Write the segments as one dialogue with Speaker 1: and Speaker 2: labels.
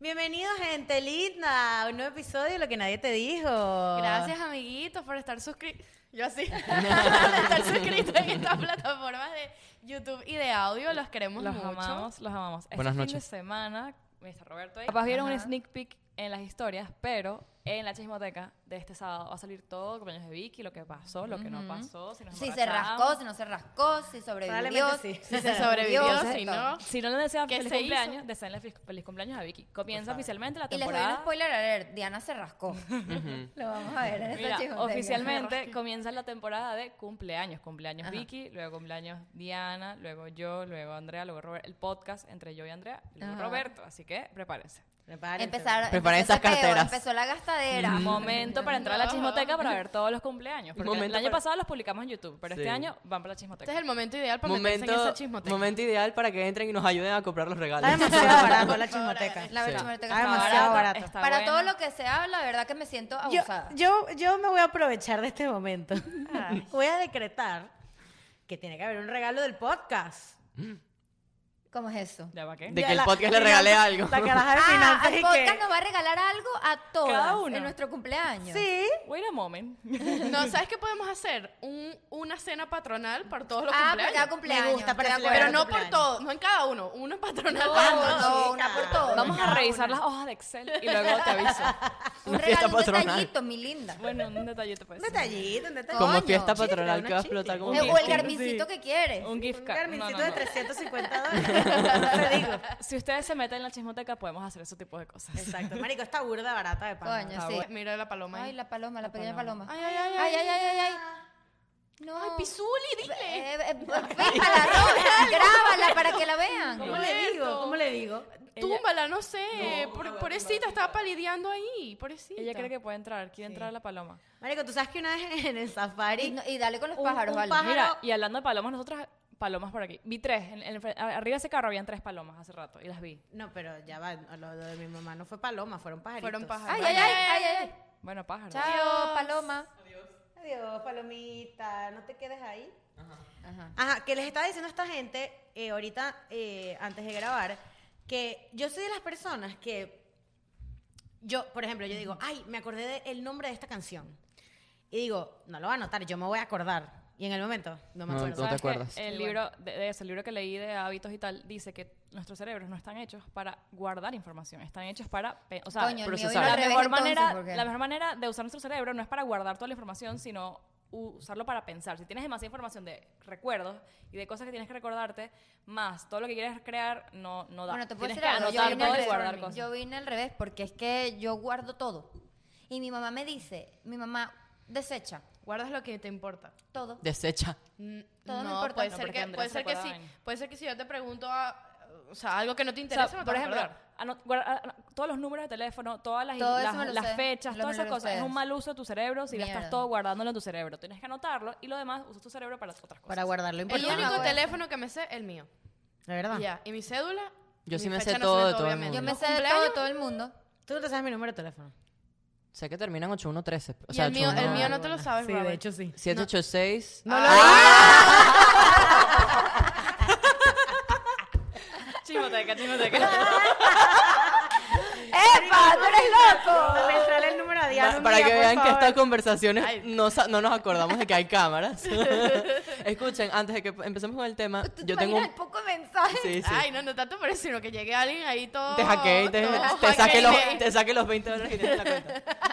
Speaker 1: Bienvenidos, gente linda, a un nuevo episodio de Lo que nadie te dijo.
Speaker 2: Gracias, amiguitos, por estar suscritos. Yo así. por estar suscritos en estas plataformas de YouTube y de audio. Los queremos
Speaker 3: Los
Speaker 2: mucho.
Speaker 3: amamos, los amamos. Este
Speaker 4: Buenas
Speaker 3: fin de
Speaker 4: noches.
Speaker 3: semana, Mr. Roberto ahí.
Speaker 2: Ajá.
Speaker 3: Capaz vieron un sneak peek en las historias, pero en la chismoteca de este sábado va a salir todo, cumpleaños de Vicky, lo que pasó, lo que no pasó, si nos
Speaker 5: Si se
Speaker 3: emborrachamos.
Speaker 5: rascó, si no se rascó, si sobrevivió.
Speaker 1: Probablemente sí.
Speaker 2: Si se sobrevivió,
Speaker 5: Dios,
Speaker 2: si
Speaker 5: esto.
Speaker 2: no.
Speaker 3: Si no le desean
Speaker 2: ¿Qué
Speaker 3: feliz
Speaker 2: se
Speaker 3: cumpleaños, deseenle feliz, feliz cumpleaños a Vicky. Comienza oficialmente la
Speaker 5: Y les doy un
Speaker 3: temporada.
Speaker 5: spoiler alert. Diana se rascó. Lo vamos a ver en esta
Speaker 3: Mira,
Speaker 5: chismoteca.
Speaker 3: oficialmente comienza la temporada de cumpleaños. Cumpleaños
Speaker 5: Ajá.
Speaker 3: Vicky, luego cumpleaños Diana, luego yo, luego Andrea, luego Robert, el podcast entre yo y Andrea, y luego
Speaker 5: Ajá.
Speaker 3: Roberto. Así que prepárense.
Speaker 1: Prepárense.
Speaker 5: Empezaron,
Speaker 4: Preparen
Speaker 5: empezó
Speaker 4: esas
Speaker 5: ese peo,
Speaker 4: carteras.
Speaker 5: empezó la gastadera.
Speaker 3: Mm. Momento para entrar a la
Speaker 2: No.
Speaker 3: chismoteca para ver todos los cumpleaños. Porque
Speaker 4: Momento
Speaker 3: el año
Speaker 4: para-
Speaker 3: pasado los publicamos en YouTube, pero este
Speaker 4: Sí.
Speaker 3: año van para la
Speaker 2: Este
Speaker 3: chismoteca.
Speaker 2: es el momento ideal para meterse en esa
Speaker 4: Momento,
Speaker 2: chismoteca.
Speaker 4: momento ideal para que entren y nos ayuden a comprar los regalos.
Speaker 1: Está demasiado barato la chismoteca.
Speaker 5: La
Speaker 4: Sí.
Speaker 1: Está
Speaker 5: chismoteca está
Speaker 1: demasiado
Speaker 5: barata.
Speaker 1: barato.
Speaker 3: Está
Speaker 5: para
Speaker 3: bueno.
Speaker 5: todo lo que se habla, la verdad que me siento
Speaker 1: Yo,
Speaker 5: abusada.
Speaker 1: yo, yo me voy a aprovechar de este momento. Voy a decretar que tiene que haber un regalo del podcast.
Speaker 5: ¿Cómo es eso?
Speaker 3: ¿Ya va qué?
Speaker 4: De
Speaker 1: Ya
Speaker 4: que el
Speaker 1: la-
Speaker 4: podcast le regale
Speaker 1: finanzas-
Speaker 4: algo.
Speaker 1: La caraja de
Speaker 5: Ah,
Speaker 1: finanzas
Speaker 5: al
Speaker 1: y
Speaker 5: podcast
Speaker 1: que-
Speaker 5: nos va a regalar algo a todos
Speaker 3: Cada uno.
Speaker 5: en nuestro cumpleaños.
Speaker 1: Sí.
Speaker 3: Wait a moment.
Speaker 2: No, ¿sabes qué podemos hacer? Un- una cena patronal para todos los
Speaker 5: Ah, por
Speaker 2: cumpleaños.
Speaker 5: cada cumpleaños.
Speaker 1: Me gusta,
Speaker 5: estoy de
Speaker 1: pero
Speaker 5: acuerdo.
Speaker 2: Pero no por
Speaker 1: cumpleaños.
Speaker 2: todos, no en cada uno. Una patronal
Speaker 5: No,
Speaker 2: para
Speaker 5: no,
Speaker 2: todos.
Speaker 5: no, una por todos.
Speaker 3: Vamos a
Speaker 5: Cada
Speaker 3: revisar
Speaker 5: uno.
Speaker 3: las hojas de Excel y luego te aviso.
Speaker 5: Un
Speaker 4: Una
Speaker 5: regalo,
Speaker 4: fiesta
Speaker 5: un
Speaker 4: patronal.
Speaker 5: detallito, mi linda.
Speaker 3: Bueno, un detallito pues.
Speaker 1: Un detallito, un detallito.
Speaker 4: Como
Speaker 5: Coño,
Speaker 4: fiesta
Speaker 1: chicle,
Speaker 4: patronal
Speaker 1: una
Speaker 4: que va a
Speaker 1: chicle.
Speaker 4: explotar como
Speaker 3: Un
Speaker 5: Eh, o el
Speaker 3: gifting,
Speaker 5: garmincito que quieres.
Speaker 3: Un gift
Speaker 1: Un
Speaker 3: card. No,
Speaker 1: carmencito
Speaker 3: no, no.
Speaker 1: de 350 dólares. Te digo.
Speaker 3: Si ustedes se meten en la chismoteca, podemos hacer ese tipo de cosas.
Speaker 1: Exacto. Marico, está burda barata de pan.
Speaker 5: Coño, sí.
Speaker 2: Mira Ah, la paloma
Speaker 5: Ay,
Speaker 2: ahí.
Speaker 5: la paloma, la, pequeña paloma.
Speaker 2: Ay, ay, ay,
Speaker 5: ay, ay, ay, ay. No.
Speaker 2: Ay, Pizuli, dile.
Speaker 5: Eh, eh, eh, fíjala, Robert, grábala para que la vean.
Speaker 1: ¿Cómo le digo? ¿Cómo le digo?
Speaker 2: Túmbala, no sé. por, pobrecita, estaba palideando ahí. Pobrecita.
Speaker 3: Ella cree que puede entrar, quiere entrar a la paloma.
Speaker 1: Marico, tú sabes que una vez en el safari.
Speaker 5: Y, no- y dale con los
Speaker 1: Un-
Speaker 5: pájaros,
Speaker 1: un
Speaker 5: vale.
Speaker 1: pájaro.
Speaker 3: Mira, y hablando de palomas, nosotras palomas por aquí. Vi tres. En, en el fre- a- arriba de ese carro habían tres palomas hace rato y las vi.
Speaker 1: No, pero ya va, lo, lo de mi mamá no fue paloma, fueron pajaritos.
Speaker 2: Fueron pájaros.
Speaker 5: Ay, ay, ay, ay, ay, ay.
Speaker 3: Bueno, pájaros.
Speaker 5: Chao, paloma.
Speaker 1: Adiós, palomita, no te quedes ahí.
Speaker 5: Ajá.
Speaker 1: Ajá, que les estaba diciendo a esta gente eh, ahorita, eh, antes de grabar, que yo soy de las personas que, yo, por ejemplo, yo digo, ay, me acordé del nombre de esta canción. Y digo, no lo va a anotar, yo me voy a acordar. Y en el momento, no me
Speaker 4: No,
Speaker 1: acuerdo.
Speaker 4: no te
Speaker 3: ¿Sabes qué?
Speaker 4: acuerdas.
Speaker 3: El libro, de, de ese libro que leí de hábitos y tal, dice que nuestros cerebros no están hechos para guardar información, están hechos para, pe- o sea,
Speaker 5: Coño, el mío
Speaker 4: procesar.
Speaker 5: vino al
Speaker 3: la
Speaker 5: revés,
Speaker 3: mejor
Speaker 5: entonces,
Speaker 3: manera,
Speaker 5: porque-
Speaker 3: la mejor manera de usar nuestro cerebro no es para guardar toda la información, sino usarlo para pensar. Si tienes demasiada información de recuerdos y de cosas que tienes que recordarte, más todo lo que quieres crear no no da.
Speaker 5: Bueno, te puedo
Speaker 3: tienes
Speaker 5: decir
Speaker 3: que
Speaker 5: algo. Yo
Speaker 3: anotar
Speaker 5: vine,
Speaker 3: todo
Speaker 5: al
Speaker 3: y guardar
Speaker 5: revés.
Speaker 3: cosas.
Speaker 5: yo vine al revés porque es que yo guardo todo. Y mi mamá me dice, mi mamá desecha
Speaker 2: Guardas lo que te importa.
Speaker 5: todo.
Speaker 4: Desecha.
Speaker 5: Todo me
Speaker 2: no,
Speaker 5: importa.
Speaker 2: Puede
Speaker 5: No,
Speaker 2: ser,
Speaker 3: porque
Speaker 2: que,
Speaker 3: Andrés
Speaker 2: puede
Speaker 3: se
Speaker 2: ser que
Speaker 3: acuerda
Speaker 2: sí.
Speaker 3: de vaina.
Speaker 2: Puede ser que si yo te pregunto a- o sea, algo que no te
Speaker 3: O sea,
Speaker 2: interesa, no te vas
Speaker 3: por
Speaker 2: a
Speaker 3: ejemplo,
Speaker 2: acordar.
Speaker 3: ano- guarda- a- a- todos los números de teléfono, todas las,
Speaker 5: Todo eso
Speaker 3: las-
Speaker 5: me lo
Speaker 3: las
Speaker 5: sé.
Speaker 3: fechas,
Speaker 5: Lo-
Speaker 3: todas
Speaker 5: me lo
Speaker 3: esas cosas.
Speaker 5: sé.
Speaker 3: Es un mal uso de tu cerebro si ya
Speaker 5: Mierda.
Speaker 3: estás todo guardándolo en tu cerebro. Tienes que anotarlo y lo demás usas tu cerebro para otras cosas.
Speaker 1: Para guardar lo
Speaker 2: El
Speaker 1: importante.
Speaker 5: Yo no
Speaker 2: único
Speaker 5: me
Speaker 2: teléfono que me sé, el mío.
Speaker 1: La verdad.
Speaker 2: Ya, y mi cédula.
Speaker 4: Yo
Speaker 2: y
Speaker 4: sí
Speaker 2: mi
Speaker 4: me
Speaker 2: fecha
Speaker 4: sé
Speaker 2: nacimiento,
Speaker 4: todo de todo el
Speaker 2: obviamente.
Speaker 4: mundo.
Speaker 5: Yo me
Speaker 2: Los
Speaker 5: sé de todo,
Speaker 2: cumpleaños,
Speaker 5: todo el mundo.
Speaker 1: Tú no te sabes mi número de teléfono.
Speaker 4: Sé que terminan 8113. O
Speaker 2: y
Speaker 4: sea,
Speaker 2: el mío, el
Speaker 4: 81.
Speaker 2: mío no te lo sabes,
Speaker 1: Sí, de
Speaker 2: Robert.
Speaker 1: hecho sí.
Speaker 4: 786.
Speaker 3: Chismoteca, chismoteca.
Speaker 5: ¡Epa! ¡Tú eres loco!
Speaker 1: Me sale el número a Diana
Speaker 4: Pa- Ah, para
Speaker 1: mía,
Speaker 4: que
Speaker 1: por
Speaker 4: vean que
Speaker 1: favor.
Speaker 4: estas conversaciones no, sa- no nos acordamos de que hay cámaras. Escuchen, antes de que empecemos con el tema,
Speaker 5: ¿Tú te
Speaker 4: yo tengo un...
Speaker 5: imaginas el poco de mensajes?
Speaker 4: Sí, sí.
Speaker 2: Ay, no, no tanto por eso, sino que llegue alguien ahí todo.
Speaker 4: te hackeé y Oh, te,
Speaker 2: todo
Speaker 4: te, saqué
Speaker 2: hackeé.
Speaker 4: los, te saqué los 20 dólares que tienes en la cuenta.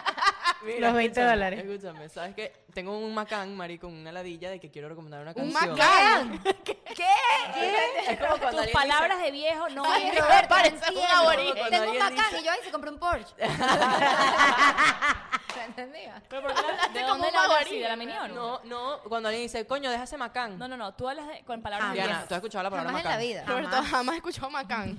Speaker 4: Mira,
Speaker 1: Los 20
Speaker 4: escúchame,
Speaker 1: dólares.
Speaker 4: Escúchame, ¿sabes qué? Tengo un Macán, marico, una ladilla de que quiero recomendar una
Speaker 2: Un
Speaker 4: canción.
Speaker 2: macán.
Speaker 4: Es como cuando
Speaker 3: Tus
Speaker 4: alguien
Speaker 3: palabras de viejo no
Speaker 5: Ay,
Speaker 3: es-
Speaker 5: Roberto, no
Speaker 2: Parece un
Speaker 5: entiendo.
Speaker 2: aborín.
Speaker 4: Cuando
Speaker 5: Tengo un
Speaker 4: alguien
Speaker 5: Macán
Speaker 4: dice-
Speaker 5: y yo ahí se compró un Porsche. ¿Entendías?
Speaker 3: Pero ¿por qué la- ¿De
Speaker 2: como
Speaker 3: dónde
Speaker 2: un
Speaker 3: la hablas
Speaker 2: magorín,
Speaker 3: así? ¿De la
Speaker 2: ¿verdad?
Speaker 4: dice-
Speaker 3: minión?
Speaker 4: No, no, cuando alguien dice, coño, deja ese Macán.
Speaker 3: No, no, no. Tú hablas de- con palabras de
Speaker 1: Jamás.
Speaker 4: Diana,
Speaker 3: viejo.
Speaker 4: ¿tú has escuchado la palabra
Speaker 5: Jamás en
Speaker 4: Macán?
Speaker 5: la vida.
Speaker 2: Roberto, jamás he escuchado macán.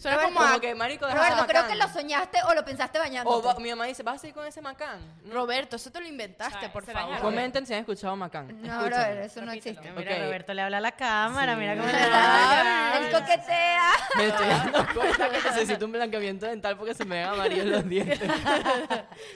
Speaker 2: Suena
Speaker 4: Roberto,
Speaker 2: como, a-
Speaker 4: como que, marico, deja ese
Speaker 5: Roberto, creo que
Speaker 4: Macán.
Speaker 5: lo soñaste o lo pensaste bañando.
Speaker 4: O va- mi mamá dice, ¿vas a seguir con ese Macán?
Speaker 2: Roberto, eso te lo inventaste,
Speaker 3: Ay,
Speaker 2: por
Speaker 3: será
Speaker 2: favor.
Speaker 3: ya.
Speaker 4: Comenten si han escuchado Macán.
Speaker 5: No,
Speaker 4: Escúchame.
Speaker 5: brother, eso no
Speaker 3: Repítelo.
Speaker 5: existe.
Speaker 1: Mira,
Speaker 4: Ok.
Speaker 1: Roberto le habla a la cámara, mira cómo le
Speaker 5: Ah,
Speaker 1: habla.
Speaker 5: Él coquetea.
Speaker 4: Me estoy dando cuenta que necesito un blanqueamiento dental porque se me ven amarillos los dientes.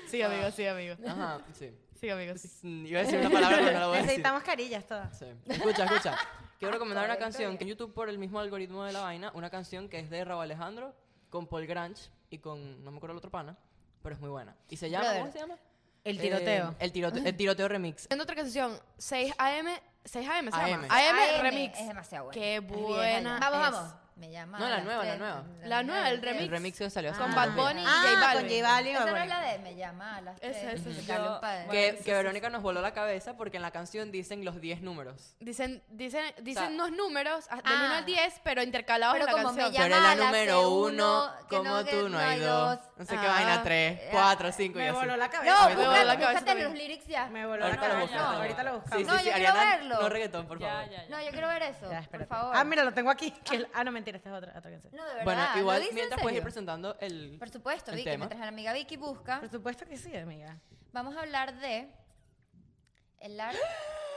Speaker 2: Sí, amigo, sí, amigo.
Speaker 4: Ajá, sí.
Speaker 2: Sí, amigo, sí.
Speaker 4: Mm, Iba a decir una palabra, pero no la voy a decir.
Speaker 1: Necesitamos carillas todas.
Speaker 4: Sí. Escucha, escucha. Quiero recomendar una canción que en YouTube, por el mismo algoritmo de la vaina, una canción que es de Raúl Alejandro con Paul Grange y con, no me acuerdo el otro pana, pero es muy buena. ¿Y se llama?
Speaker 5: Brother,
Speaker 4: ¿Cómo se llama?
Speaker 1: El
Speaker 4: Eh,
Speaker 1: tiroteo.
Speaker 4: el, tiroteo el tiroteo remix.
Speaker 2: En otra canción, 6 AM, 6 AM se
Speaker 4: AM.
Speaker 2: llama. AM,
Speaker 5: AM,
Speaker 2: Remix.
Speaker 5: es demasiado buena.
Speaker 2: Qué
Speaker 5: Es bien
Speaker 2: buena.
Speaker 5: Vamos,
Speaker 2: es.
Speaker 5: vamos. Me llama.
Speaker 4: No, la
Speaker 5: a las
Speaker 4: nueva, la
Speaker 5: tres,
Speaker 4: nueva.
Speaker 2: La nueva, el remix.
Speaker 4: El remix que salió hace
Speaker 2: Con
Speaker 4: poco
Speaker 2: Bad
Speaker 4: también.
Speaker 2: Bunny y
Speaker 1: Ah,
Speaker 2: J Balvin.
Speaker 1: con J Balvin.
Speaker 5: Esa no
Speaker 1: bueno.
Speaker 5: es la de me llama a las
Speaker 2: Esa,
Speaker 5: tres,
Speaker 2: esa, esa.
Speaker 5: Carlos
Speaker 3: Yo-
Speaker 5: Padre.
Speaker 4: Que,
Speaker 3: Bueno, sí,
Speaker 4: que
Speaker 3: sí,
Speaker 4: Verónica nos voló la cabeza porque en la canción dicen los 10 números.
Speaker 2: Dicen, dicen, dicen
Speaker 4: sea,
Speaker 2: unos números ah, del
Speaker 5: ah.
Speaker 2: 1 al 10, pero intercalados
Speaker 5: Pero
Speaker 2: en la
Speaker 5: como
Speaker 2: canción.
Speaker 5: me llama
Speaker 4: Pero la
Speaker 5: a las
Speaker 4: número
Speaker 5: de
Speaker 4: uno,
Speaker 5: uno, que
Speaker 4: como
Speaker 5: no, que
Speaker 4: tú no hay dos. No sé qué
Speaker 2: Ah.
Speaker 4: vaina, tres, cuatro, cinco y
Speaker 1: Me
Speaker 4: así.
Speaker 1: voló la cabeza.
Speaker 5: No,
Speaker 4: Me voló
Speaker 5: búscate-
Speaker 2: la cabeza
Speaker 5: búscate
Speaker 2: también.
Speaker 5: los lyrics ya.
Speaker 1: Me voló la
Speaker 4: Ahorita lo
Speaker 1: cabeza.
Speaker 4: buscamos.
Speaker 1: No, ahorita lo
Speaker 4: Sí,
Speaker 1: buscamos.
Speaker 4: sí,
Speaker 5: No,
Speaker 4: sí,
Speaker 5: yo quiero
Speaker 4: Ariana,
Speaker 5: verlo.
Speaker 4: no reggaetón, por favor.
Speaker 3: Ya, ya, ya.
Speaker 5: No, yo quiero ver eso,
Speaker 1: Ya,
Speaker 5: por
Speaker 1: espérate.
Speaker 5: favor.
Speaker 1: Ah, mira, lo tengo aquí. que el- ah, no, mentira, esta es otra, otra canción.
Speaker 5: No, de verdad.
Speaker 4: Bueno,
Speaker 5: ¿lo
Speaker 4: igual
Speaker 5: dice en
Speaker 4: mientras puedes ir
Speaker 5: serio?
Speaker 4: presentando el
Speaker 5: Por supuesto,
Speaker 4: el
Speaker 5: Vicky,
Speaker 4: tema.
Speaker 5: mientras la amiga Vicky busca,
Speaker 1: Por supuesto que sí, amiga.
Speaker 5: vamos a hablar de el arte,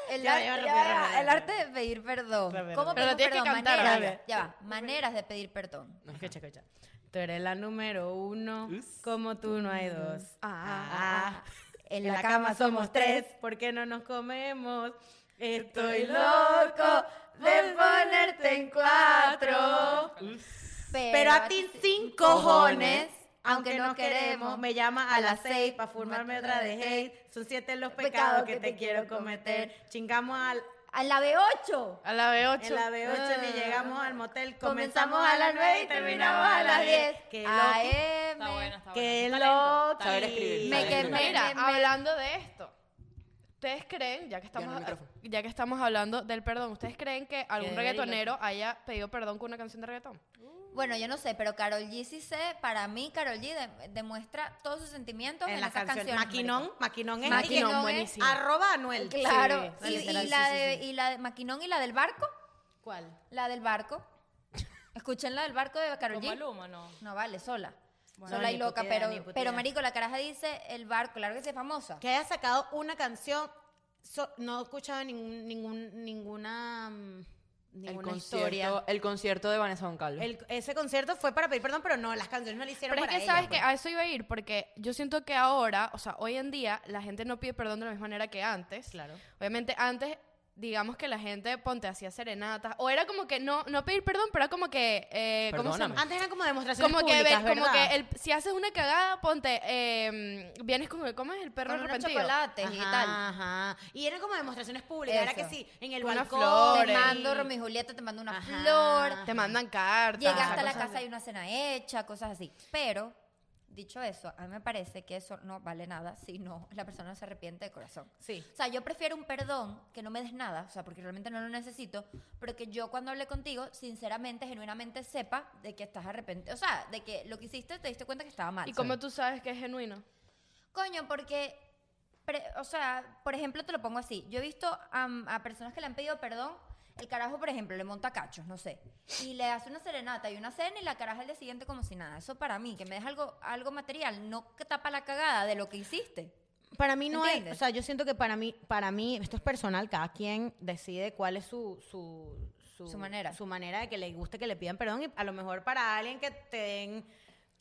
Speaker 5: el,
Speaker 1: Ya,
Speaker 5: ar-
Speaker 1: ya,
Speaker 5: ya
Speaker 1: rápido,
Speaker 5: va,
Speaker 1: rápido, rápido.
Speaker 5: el arte de pedir perdón.
Speaker 1: Rápido,
Speaker 5: ¿Cómo
Speaker 1: rápido.
Speaker 2: Pero
Speaker 5: pedimos
Speaker 2: tienes que
Speaker 5: perdón?
Speaker 2: cantar,
Speaker 5: Maneras,
Speaker 1: Vale.
Speaker 5: ya va, maneras de pedir perdón.
Speaker 1: Escucha, escucha. Tú eres la número uno,
Speaker 4: Ups.
Speaker 1: como tú no hay dos.
Speaker 5: Ah.
Speaker 1: Ah.
Speaker 5: En,
Speaker 1: En la cama somos tres, ¿por qué no nos comemos? Estoy loco de ponerte en cuatro. Pero a ti sin cojones, aunque no queremos, me llama a las seis para formarme otra de hate. Son siete los pecados que te quiero cometer. Chingamos al,
Speaker 5: A la B8.
Speaker 2: A la B8.
Speaker 1: en la B8 ni
Speaker 2: Ah.
Speaker 1: llegamos al motel.
Speaker 5: Comenzamos a las 9 y terminamos a las 10.
Speaker 1: Qué loco.
Speaker 3: Está buena,
Speaker 5: AM.
Speaker 3: está buena.
Speaker 1: Ah, eh. Qué
Speaker 3: Está lento.
Speaker 1: loco.
Speaker 4: Saber escribir,
Speaker 5: Me
Speaker 4: saber
Speaker 5: quemé.
Speaker 4: escribir.
Speaker 2: Mira,
Speaker 5: me- me-
Speaker 2: hablando de esto, ¿ustedes creen, ya que
Speaker 4: en
Speaker 2: estamos,
Speaker 4: el micrófono.
Speaker 2: ya que estamos hablando del perdón, ¿ustedes creen que algún
Speaker 3: debería
Speaker 2: reggaetonero haya pedido perdón con una canción de reggaetón?
Speaker 5: Bueno, yo no sé, pero Carol G sí sé. Para mí, Carol G de- demuestra todos sus sentimientos en,
Speaker 1: En la
Speaker 5: esas
Speaker 1: canción.
Speaker 5: canciones.
Speaker 1: Maquinón,
Speaker 5: marico.
Speaker 1: Maquinón es
Speaker 5: Maquinón
Speaker 1: Maquinón,
Speaker 5: es-
Speaker 1: buenísimo. Arroba Anuel.
Speaker 5: Claro.
Speaker 1: Sí,
Speaker 5: y,
Speaker 1: literal,
Speaker 5: y
Speaker 1: sí,
Speaker 5: la
Speaker 1: sí,
Speaker 5: de,
Speaker 1: sí.
Speaker 5: y la de Maquinón y la del barco.
Speaker 2: ¿Cuál?
Speaker 5: La del barco. Escuchen la del barco de Carol
Speaker 3: Con
Speaker 5: G.
Speaker 3: Maluma, no.
Speaker 5: No vale, sola.
Speaker 1: Bueno,
Speaker 5: sola y
Speaker 1: ni
Speaker 5: loca,
Speaker 1: puta idea, ni
Speaker 5: pero,
Speaker 1: puta
Speaker 5: pero
Speaker 1: idea.
Speaker 5: marico, la caraja dice el barco, claro que sí es famosa.
Speaker 1: que haya sacado una canción so- no he escuchado ningún, ningún ninguna mm,
Speaker 4: el
Speaker 1: ninguna historia
Speaker 4: concierto, el concierto de Vanessa Goncalves.
Speaker 1: El- ese concierto fue para pedir perdón pero no las canciones no le hicieron
Speaker 2: Pero es
Speaker 1: para
Speaker 2: que
Speaker 1: ella,
Speaker 2: sabes que
Speaker 1: pues.
Speaker 2: a eso iba a ir, porque yo siento que ahora, o sea, hoy en día, la gente no pide perdón de la misma manera que antes.
Speaker 1: Claro.
Speaker 2: Obviamente, antes, digamos que la gente ponte hacía serenatas, o era como que no, no pedir perdón, pero era como que. Eh, ¿Cómo se
Speaker 4: Perdóname.
Speaker 2: llama?
Speaker 4: que-
Speaker 1: antes eran como demostraciones
Speaker 2: Como que,
Speaker 1: públicas
Speaker 2: ve- como
Speaker 1: ¿verdad?
Speaker 2: que el- si haces una cagada, ponte, eh, vienes con, ¿cómo es el perro
Speaker 5: Con unos
Speaker 2: arrepentido?
Speaker 5: chocolates y
Speaker 1: Ajá,
Speaker 5: tal.
Speaker 1: ajá. y eran como demostraciones públicas era que
Speaker 5: Eso.
Speaker 1: sí en el
Speaker 2: Unas
Speaker 1: balcón
Speaker 2: flores.
Speaker 5: Te
Speaker 1: y-
Speaker 5: mando Romeo y Julieta, te mando una
Speaker 1: Ajá.
Speaker 5: flor.
Speaker 2: Te mandan cartas.
Speaker 5: Llega hasta la
Speaker 2: cosas
Speaker 5: casa y
Speaker 2: así.
Speaker 5: hay una cena hecha, cosas así. Pero, dicho eso, a mí me parece que eso no vale nada si no la persona se arrepiente de corazón.
Speaker 1: sí
Speaker 5: O sea, yo prefiero un perdón que no me des nada, o sea, porque realmente no lo necesito, pero que yo cuando hable contigo, sinceramente, genuinamente sepa de que estás arrepentido. O sea, de que lo que hiciste te diste cuenta que estaba mal.
Speaker 2: ¿Y cómo tú sabes que es genuino?
Speaker 5: Coño, porque, pre- o sea, por ejemplo, te lo pongo así. Yo he visto am, a personas que le han pedido perdón. El carajo, por ejemplo, le monta cachos, no sé. Y le hace una serenata y una cena y la caraja al día siguiente como si nada. Eso para mí, que me deja algo, algo material, no que tapa la cagada de lo que hiciste.
Speaker 1: Para mí no hay,
Speaker 5: ¿Entiendes?
Speaker 1: o sea, yo siento que para mí, para mí, esto es personal, cada quien decide cuál es su, su,
Speaker 5: Su manera.
Speaker 1: su manera de que le guste que le pidan perdón y a lo mejor para alguien que te den,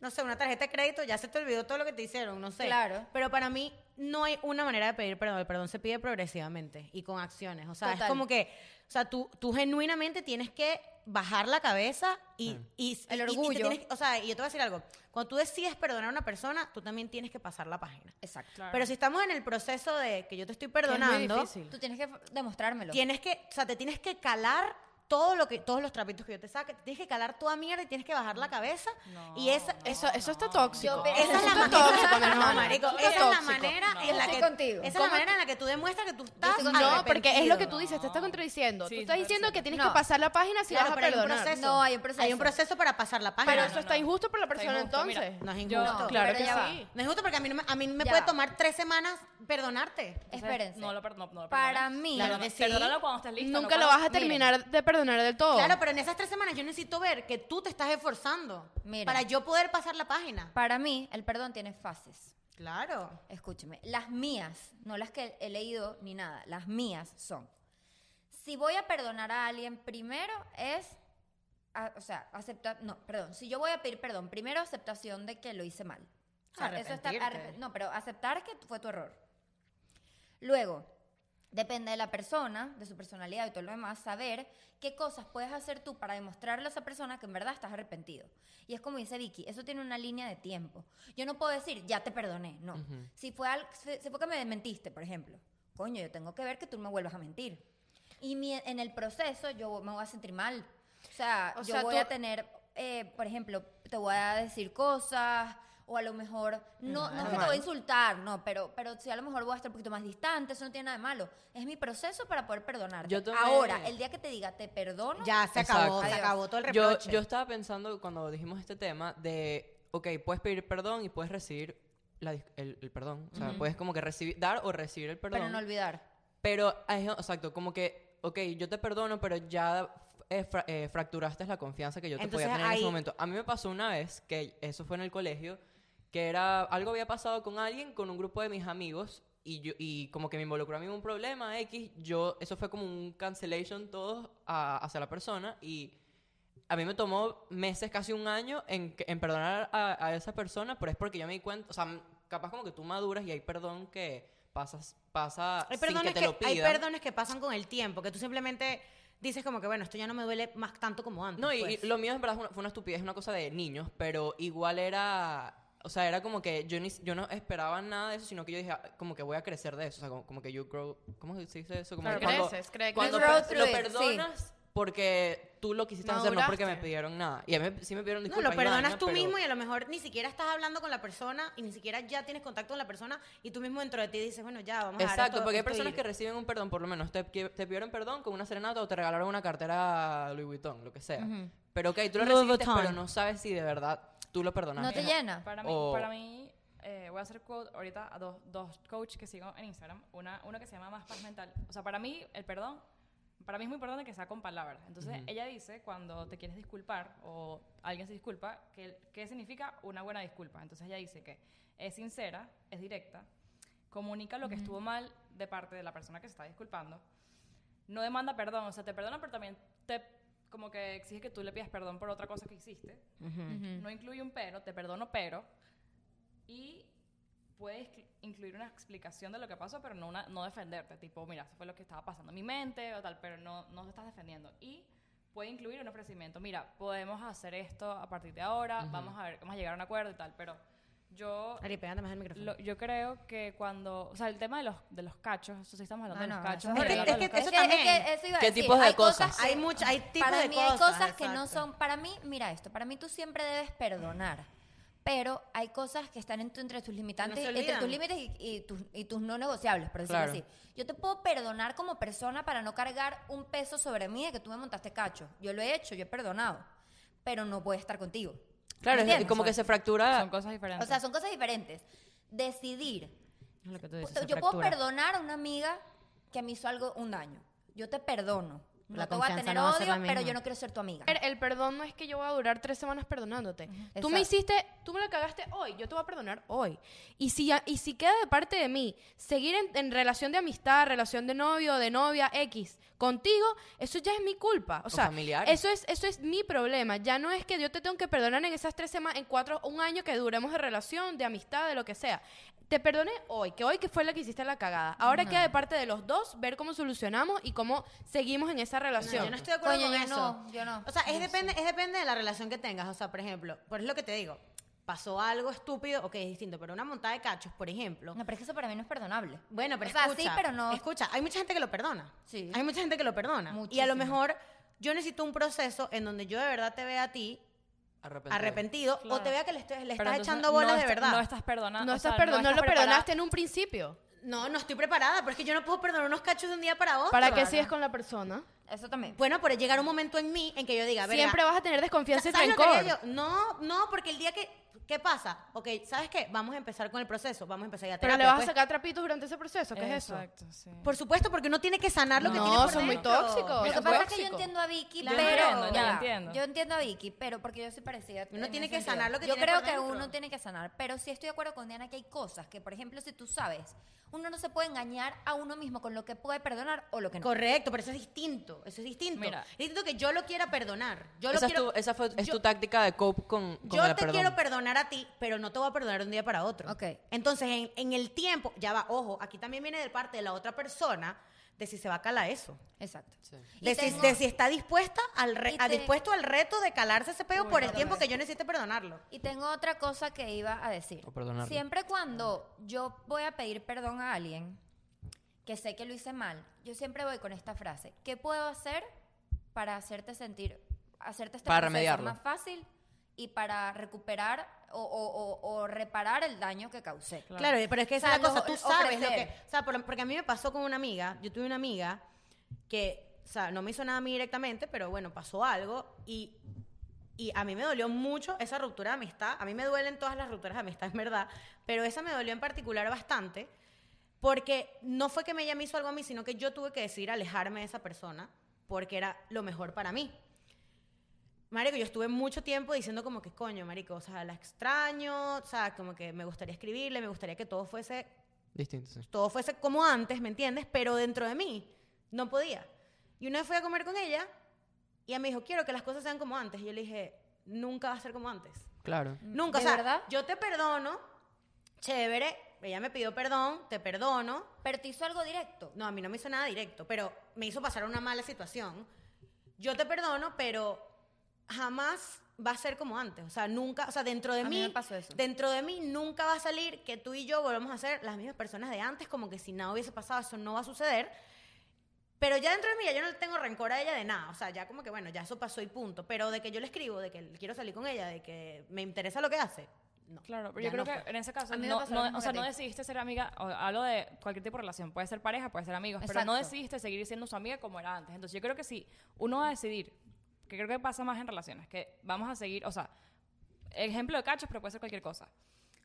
Speaker 1: no sé, una tarjeta de crédito, ya se te olvidó todo lo que te hicieron, no sé.
Speaker 5: Claro.
Speaker 1: Pero para mí no hay una manera de pedir perdón, el perdón se pide progresivamente y con acciones, o sea, es
Speaker 5: Total.
Speaker 1: como que, o sea, tú, tú genuinamente tienes que bajar la cabeza y, y-
Speaker 5: El
Speaker 1: y- y te
Speaker 5: orgullo.
Speaker 1: tienes- o sea, y yo te voy a decir algo, cuando tú decides perdonar a una persona, tú también tienes que pasar la página.
Speaker 5: Exacto.
Speaker 1: Pero si estamos en el proceso de que yo te estoy
Speaker 3: Que es muy
Speaker 1: perdonando,
Speaker 3: difícil.
Speaker 5: Tú tienes que demostrármelo.
Speaker 1: tienes que, o sea, te tienes que calar todo lo que, todos los trapitos que yo te saque, te tienes que calar toda mierda y tienes que bajar la cabeza. y esa,
Speaker 2: Eso, eso está tóxico.
Speaker 5: Yo pe-
Speaker 1: esa es la
Speaker 5: Eso
Speaker 1: manera,
Speaker 5: está
Speaker 2: tóxico, mi hermano.
Speaker 1: marico,
Speaker 2: Eso
Speaker 1: esa
Speaker 2: está
Speaker 1: es la
Speaker 2: tóxico.
Speaker 1: manera en
Speaker 5: Yo
Speaker 1: la
Speaker 5: estoy
Speaker 1: que
Speaker 5: contigo.
Speaker 1: esa es la
Speaker 5: ¿Cómo
Speaker 1: manera en la que tú demuestras que tú estás
Speaker 5: estoy contigo.
Speaker 2: No, porque es lo que tú
Speaker 1: arrepentido.
Speaker 2: dices, te estás contradiciendo.
Speaker 3: Sí,
Speaker 2: tú estás
Speaker 3: no,
Speaker 2: diciendo que tienes
Speaker 5: no.
Speaker 2: que pasar la página si
Speaker 1: Claro,
Speaker 2: vas a
Speaker 1: pero hay un
Speaker 2: perdonar.
Speaker 1: proceso.
Speaker 5: No, hay un proceso.
Speaker 1: Hay un proceso para pasar la página.
Speaker 2: Pero
Speaker 3: no,
Speaker 2: eso
Speaker 3: no,
Speaker 2: está
Speaker 3: no.
Speaker 2: injusto para la
Speaker 3: Está
Speaker 2: persona
Speaker 3: injusto, mira.
Speaker 2: entonces.
Speaker 1: No es
Speaker 3: Yo-
Speaker 1: injusto.
Speaker 2: claro
Speaker 5: pero
Speaker 2: que
Speaker 5: ya va.
Speaker 2: sí.
Speaker 1: No es justo porque a mí, no me, a mí me
Speaker 5: Ya
Speaker 1: puede
Speaker 5: va.
Speaker 1: tomar tres semanas perdonarte.
Speaker 3: Entonces,
Speaker 5: Espérense.
Speaker 3: No lo, per- no- no lo
Speaker 5: Para
Speaker 3: perdones.
Speaker 5: mí-
Speaker 1: Claro que
Speaker 3: Perdona-
Speaker 1: sí.
Speaker 3: Perdónalo cuando estés lista.
Speaker 2: Nunca
Speaker 3: no
Speaker 2: lo
Speaker 3: cuando-
Speaker 2: vas a terminar de perdonar del todo.
Speaker 1: Claro, pero en esas tres semanas yo necesito ver que tú te estás esforzando
Speaker 5: Mira.
Speaker 1: para yo poder pasar la página.
Speaker 5: Para mí, el perdón tiene fases.
Speaker 1: Claro.
Speaker 5: Escúcheme, las mías, no las que he leído ni nada, las mías son. Si voy a perdonar a alguien, primero es, a- o sea, aceptar, no, perdón, si yo voy a pedir perdón, primero aceptación de que lo hice mal. O sea, Ah, eso está,
Speaker 1: Arrepentirte.
Speaker 5: arrep- no, pero aceptar que fue tu error. Luego, Depende de la persona, de su personalidad y todo lo demás, saber qué cosas puedes hacer tú para demostrarle a esa persona que en verdad estás arrepentido. Y es como dice Vicky, eso tiene una línea de tiempo. Yo no puedo decir, ya te perdoné, no. Si fue, al, si si fue que me mentiste, por ejemplo, coño, yo tengo que ver que tú no me vuelvas a mentir. Y mi- en el proceso yo me voy a sentir mal. O sea,
Speaker 2: O
Speaker 5: yo
Speaker 2: sea,
Speaker 5: voy
Speaker 2: tú-
Speaker 5: a tener, eh, por ejemplo, te voy a decir cosas o a lo mejor
Speaker 1: Mm,
Speaker 5: no, no es que te voy a insultar, no, pero, pero sí a lo mejor voy a estar un poquito más distante, eso no tiene nada de malo. Es mi proceso para poder perdonarte.
Speaker 4: Yo tomé-
Speaker 5: Ahora, el día que te diga te perdono,
Speaker 1: Ya se acabó,
Speaker 4: Exacto.
Speaker 1: se acabó todo el
Speaker 4: Yo,
Speaker 1: reproche.
Speaker 4: yo estaba pensando cuando dijimos este tema de, ok, puedes pedir perdón y puedes recibir la dis- el, el perdón. O sea, puedes como que recibir, dar o recibir el perdón.
Speaker 5: pero no olvidar.
Speaker 4: Pero, es- exacto, como que, ok, yo te perdono, pero ya eh, fra- eh, fracturaste la confianza que yo te
Speaker 1: Entonces,
Speaker 4: podía tener en
Speaker 1: ahí-
Speaker 4: ese momento. A mí me pasó una vez, que eso fue en el colegio, que era, algo había pasado con alguien, con un grupo de mis amigos, y, yo, y como que me involucró a mí en un problema X, yo, eso fue como un cancellation todos a- hacia la persona, y a mí me tomó meses, casi un año, en, que- en perdonar a, a esa persona, pero es porque yo me di cuenta, o sea, m- capaz como que tú maduras y hay perdón que pasas, pasa
Speaker 1: Hay
Speaker 4: sin
Speaker 1: perdones
Speaker 4: que te
Speaker 1: que,
Speaker 4: lo
Speaker 1: hay
Speaker 4: pidan.
Speaker 1: perdones que pasan con el tiempo, que tú simplemente dices como que, bueno, esto ya no me duele más tanto como antes.
Speaker 4: No, y, y
Speaker 1: pues.
Speaker 4: lo mío en verdad fue una- fue una estupidez, una cosa de niños, pero igual era... O sea, era como que yo, ni, yo no esperaba nada de eso, sino que yo dije, ah, como que voy a crecer de eso. O sea, como, como que you grow... ¿Cómo se dice eso? Como
Speaker 2: Claro,
Speaker 4: que cuando-
Speaker 2: creces, cre-
Speaker 4: cuando
Speaker 5: creces.
Speaker 4: per- lo
Speaker 5: Grow through it, sí.
Speaker 4: perdonas porque tú lo quisiste hacer, no porque me
Speaker 2: Maduraste.
Speaker 4: pidieron nada. Y a mí sí me pidieron
Speaker 1: No,
Speaker 4: disculpas.
Speaker 1: lo
Speaker 4: y vaina,
Speaker 1: perdonas tú
Speaker 4: pero-
Speaker 1: mismo y a lo mejor ni siquiera estás hablando con la persona y ni siquiera ya tienes contacto con la persona y tú mismo dentro de ti dices, bueno, ya, vamos a dejar
Speaker 4: Exacto,
Speaker 1: esto-
Speaker 4: porque hay
Speaker 1: esto
Speaker 4: personas
Speaker 1: ir.
Speaker 4: que reciben un perdón, por lo menos. Te, qui- te pidieron perdón con una serenata o te regalaron una cartera Louis Vuitton, lo que sea. Pero ok, tú lo
Speaker 1: Louis
Speaker 4: recibiste, pero
Speaker 1: Vuitton.
Speaker 4: no sabes si de verdad tú lo perdonaste.
Speaker 5: No te llena.
Speaker 3: Para mí,
Speaker 4: O-
Speaker 3: para mí eh, voy a hacer quote ahorita a dos, dos coaches que sigo en Instagram. Una, uno que se llama Más Paz Mental. O sea, para mí, el perdón, para mí es muy importante que sea con palabras. Entonces, ella dice cuando te quieres disculpar o alguien se disculpa, que, ¿qué significa una buena disculpa? Entonces, ella dice que es sincera, es directa, comunica lo que estuvo mal de parte de la persona que se está disculpando no demanda perdón, o sea, te perdona, pero también te como que exige que tú le pidas perdón por otra cosa que hiciste. No incluye un pero, te perdono, pero. Y puedes cl- incluir una explicación de lo que pasó, pero no, una- no defenderte. Tipo, mira, eso fue lo que estaba pasando en mi mente o tal, pero no, no te estás defendiendo. Y puede incluir un ofrecimiento. Mira, podemos hacer esto a partir de ahora, vamos a ver, vamos a llegar a un acuerdo y tal, pero yo...
Speaker 1: Ari, pégate más el micrófono.
Speaker 3: lo- yo creo que cuando, o sea, el tema de los, de los cachos, eso sí estamos hablando
Speaker 5: Ah, No,
Speaker 3: de
Speaker 5: no,
Speaker 3: los cachos.
Speaker 5: eso
Speaker 1: Es que-
Speaker 3: hablando de
Speaker 1: es que
Speaker 3: los cachos.
Speaker 1: Ah, eso también.
Speaker 5: eso iba a
Speaker 4: ¿Qué
Speaker 5: decir,
Speaker 4: tipos de
Speaker 5: hay
Speaker 4: cosas?
Speaker 5: que-
Speaker 1: Hay much- hay tipos
Speaker 5: para
Speaker 1: de
Speaker 5: mí hay
Speaker 1: cosas,
Speaker 5: cosas que no
Speaker 1: exacto.
Speaker 5: son. Para mí, mira esto, para mí tú siempre debes perdonar. Pero hay cosas que están en tu- entre tus limitantes,
Speaker 1: se
Speaker 5: entre tus
Speaker 1: olvidan.
Speaker 5: límites y, y tus, y tus no negociables, por decirlo
Speaker 4: Claro.
Speaker 5: así. Yo te puedo perdonar como persona para no cargar un peso sobre mí de que tú me montaste cacho. Yo lo he hecho, yo he perdonado, pero no puedo estar contigo.
Speaker 4: Claro, es-
Speaker 5: ¿Entiendes?
Speaker 4: como que se fractura...
Speaker 3: Son cosas diferentes.
Speaker 5: O sea, son cosas diferentes. Decidir
Speaker 1: Es lo que tú
Speaker 5: Pu-
Speaker 1: dices, se
Speaker 5: yo puedo
Speaker 1: fractura.
Speaker 5: perdonar a una amiga que me hizo algo, un daño. Yo te perdono. No
Speaker 1: La
Speaker 5: te voy a
Speaker 1: confianza
Speaker 5: tener
Speaker 1: no va a ser
Speaker 5: odio,
Speaker 1: la
Speaker 5: pero
Speaker 1: misma.
Speaker 5: yo no quiero ser tu amiga.
Speaker 2: ver, el perdón no es que yo voy a durar tres semanas perdonándote. Tú
Speaker 5: Exacto.
Speaker 2: me hiciste, tú me lo cagaste hoy, yo te voy a perdonar hoy. Y si, ya- y si queda de parte de mí seguir en, en relación de amistad, relación de novio, de novia, X, contigo, eso ya es mi culpa. O sea,
Speaker 4: familiares.
Speaker 2: eso es, eso es mi problema. Ya no es que yo te tengo que perdonar en esas tres semanas, en cuatro, un año que duremos de relación, de amistad, de lo que sea. Te perdoné hoy, que hoy que fue la que hiciste la cagada. Ahora queda de parte de los dos ver cómo solucionamos y cómo seguimos en esa
Speaker 1: No,
Speaker 2: relación.
Speaker 1: yo no estoy de acuerdo
Speaker 5: Coño,
Speaker 1: con
Speaker 5: yo
Speaker 1: eso.
Speaker 5: no, yo no.
Speaker 1: O sea, es depende, es depende de la relación que tengas. O sea, por ejemplo, por es lo que te digo, pasó algo estúpido, ok, es distinto, pero una montada de cachos, por ejemplo.
Speaker 5: No, pero es que eso para mí no es perdonable.
Speaker 1: Bueno, pero
Speaker 5: O sea, sí,
Speaker 1: escucha,
Speaker 5: pero no.
Speaker 1: escucha, hay mucha gente que lo perdona.
Speaker 5: Sí.
Speaker 1: Hay mucha gente que lo perdona. Y a
Speaker 5: Muchísima.
Speaker 1: lo mejor yo necesito un proceso en donde yo de verdad te vea a ti
Speaker 4: Arrepentido.
Speaker 1: arrepentido o te vea que le, estoy- le
Speaker 3: Pero
Speaker 1: estás
Speaker 3: entonces
Speaker 1: echando bolas
Speaker 3: no
Speaker 1: de
Speaker 3: est-
Speaker 1: verdad.
Speaker 3: No estás perdonando.
Speaker 2: No,
Speaker 3: Ah, o sea,
Speaker 2: estás perdo- no
Speaker 3: estás
Speaker 2: lo
Speaker 3: preparada.
Speaker 2: perdonaste en un principio.
Speaker 1: No, no estoy preparada, pero es que yo no puedo perdonar unos cachos de un día para otro.
Speaker 2: ¿Para qué sigues con la persona?
Speaker 5: Eso también.
Speaker 1: Bueno, pero llegar un momento en mí en que yo diga, verga,
Speaker 2: Siempre vas a tener desconfianza y
Speaker 1: ¿sabes lo que haría
Speaker 2: rencor.
Speaker 1: yo? No, no, porque el día que ¿qué pasa? Ok, ¿sabes qué? Vamos a empezar con el proceso, vamos a empezar ya
Speaker 2: Pero
Speaker 1: terapia,
Speaker 2: le vas a
Speaker 1: pues.
Speaker 2: sacar trapitos durante ese proceso. ¿Qué es eso?
Speaker 3: Exacto, sí.
Speaker 1: Por supuesto, porque uno tiene que sanar lo que
Speaker 2: No,
Speaker 1: tiene por
Speaker 2: son muy
Speaker 1: dentro.
Speaker 2: tóxicos.
Speaker 5: Lo que
Speaker 2: es
Speaker 5: pasa es que yo
Speaker 2: tóxico.
Speaker 5: entiendo a Vicky,
Speaker 3: Yo
Speaker 5: pero.
Speaker 3: entiendo, yo
Speaker 5: Ya va.
Speaker 3: entiendo.
Speaker 5: Yo entiendo a Vicky, pero porque yo soy parecida.
Speaker 1: Uno
Speaker 5: en
Speaker 1: tiene
Speaker 5: ese
Speaker 1: que sanar lo que
Speaker 5: Yo
Speaker 1: tiene
Speaker 5: creo
Speaker 1: por
Speaker 5: que
Speaker 1: dentro.
Speaker 5: uno tiene que sanar, pero sí estoy de acuerdo con Diana que hay cosas que, por ejemplo, si tú sabes, uno no se puede engañar a uno mismo con lo que puede perdonar o lo que no.
Speaker 1: Correcto, pero eso es distinto, eso es distinto.
Speaker 3: Mira.
Speaker 1: Es distinto que yo lo quiera perdonar. Yo lo
Speaker 4: Esa,
Speaker 1: quiero
Speaker 4: es, tu, esa fue, es
Speaker 1: yo-
Speaker 4: tu táctica de cope con, con
Speaker 1: Yo
Speaker 4: el
Speaker 1: te
Speaker 4: perdón.
Speaker 1: quiero perdonar a ti, pero no te voy a perdonar de un día para otro.
Speaker 5: Ok.
Speaker 1: Entonces, en, en el tiempo, ya va, ojo, aquí también viene de parte de la otra persona de si se va a calar eso.
Speaker 5: Exacto.
Speaker 4: Sí.
Speaker 5: Y
Speaker 1: De si,
Speaker 5: tengo-
Speaker 1: de si está dispuesta al re-
Speaker 5: y
Speaker 1: a
Speaker 5: te-
Speaker 1: dispuesto al reto de calarse ese peo
Speaker 3: Uy,
Speaker 1: por el
Speaker 3: no,
Speaker 1: tiempo
Speaker 5: no,
Speaker 1: que yo necesite perdonarlo.
Speaker 5: Y tengo otra cosa que iba a decir.
Speaker 4: O perdonarlo.
Speaker 5: Siempre cuando yo voy a pedir perdón a alguien que sé que lo hice mal, yo siempre voy con esta frase. ¿Qué puedo hacer para hacerte sentir, hacerte este
Speaker 4: Para
Speaker 5: proceso
Speaker 4: remediarlo.
Speaker 5: más fácil y para recuperar o, o- o- o reparar el daño que causé?
Speaker 3: Claro.
Speaker 1: Claro, pero es que esa
Speaker 5: O sea,
Speaker 1: es la cosa,
Speaker 5: lo-
Speaker 1: tú sabes lo
Speaker 5: ofrecer.
Speaker 1: que... O sea, por- porque a mí me pasó con una amiga, yo tuve una amiga que, o sea, no me hizo nada a mí directamente, pero bueno, pasó algo y, y a mí me dolió mucho esa ruptura de amistad. A mí me duelen todas las rupturas de amistad, en verdad, pero esa me dolió en particular bastante porque no fue que me- ella me hizo algo a mí, sino que yo tuve que decidir alejarme de esa persona porque era lo mejor para mí. Marico, yo estuve mucho tiempo diciendo como que coño, marico, o sea, la extraño, o sea, como que me gustaría escribirle, me gustaría que todo fuese,
Speaker 4: Distinto, sí.
Speaker 1: todo fuese como antes, ¿me entiendes? Pero dentro de mí no podía. Y una vez fui a comer con ella y ella me dijo, quiero que las cosas sean como antes. Y yo le dije, nunca va a ser como antes.
Speaker 4: Claro.
Speaker 1: Nunca, o
Speaker 5: Mm, ¿De
Speaker 1: sea,
Speaker 5: verdad?
Speaker 1: yo te perdono, chévere, ella me pidió perdón, te perdono,
Speaker 5: Pero te hizo algo directo.
Speaker 1: no, a mí no me hizo nada directo, pero me hizo pasar una mala situación. Yo te perdono, pero jamás va a ser como antes. O sea, nunca, o sea, dentro de
Speaker 5: A mí
Speaker 1: mí,
Speaker 5: me pasó eso.
Speaker 1: dentro de mí nunca va a salir que tú y yo volvamos a ser las mismas personas de antes, como que si nada hubiese pasado, eso no va a suceder. Pero ya dentro de mí ya yo no le tengo rencor a ella de nada, o sea, ya como que bueno, ya eso pasó y punto. Pero de que yo le escribo, de que quiero salir con ella, de que me interesa lo que hace, no.
Speaker 3: Claro, pero
Speaker 1: Ya
Speaker 3: yo creo
Speaker 1: no
Speaker 3: que en ese caso,
Speaker 5: A mí me
Speaker 3: no,
Speaker 5: pasó lo
Speaker 3: no-
Speaker 5: mismo
Speaker 3: o
Speaker 5: que
Speaker 3: sea,
Speaker 5: a ti.
Speaker 3: no decidiste ser amiga, o hablo de cualquier tipo de relación, puede ser pareja, puede ser amigos, pero no
Speaker 5: Exacto.
Speaker 3: decidiste seguir siendo su amiga como era antes. Entonces yo creo que si uno va a decidir, que creo que pasa más en relaciones, que vamos a seguir, o sea, ejemplo de cachos, pero puede ser cualquier cosa.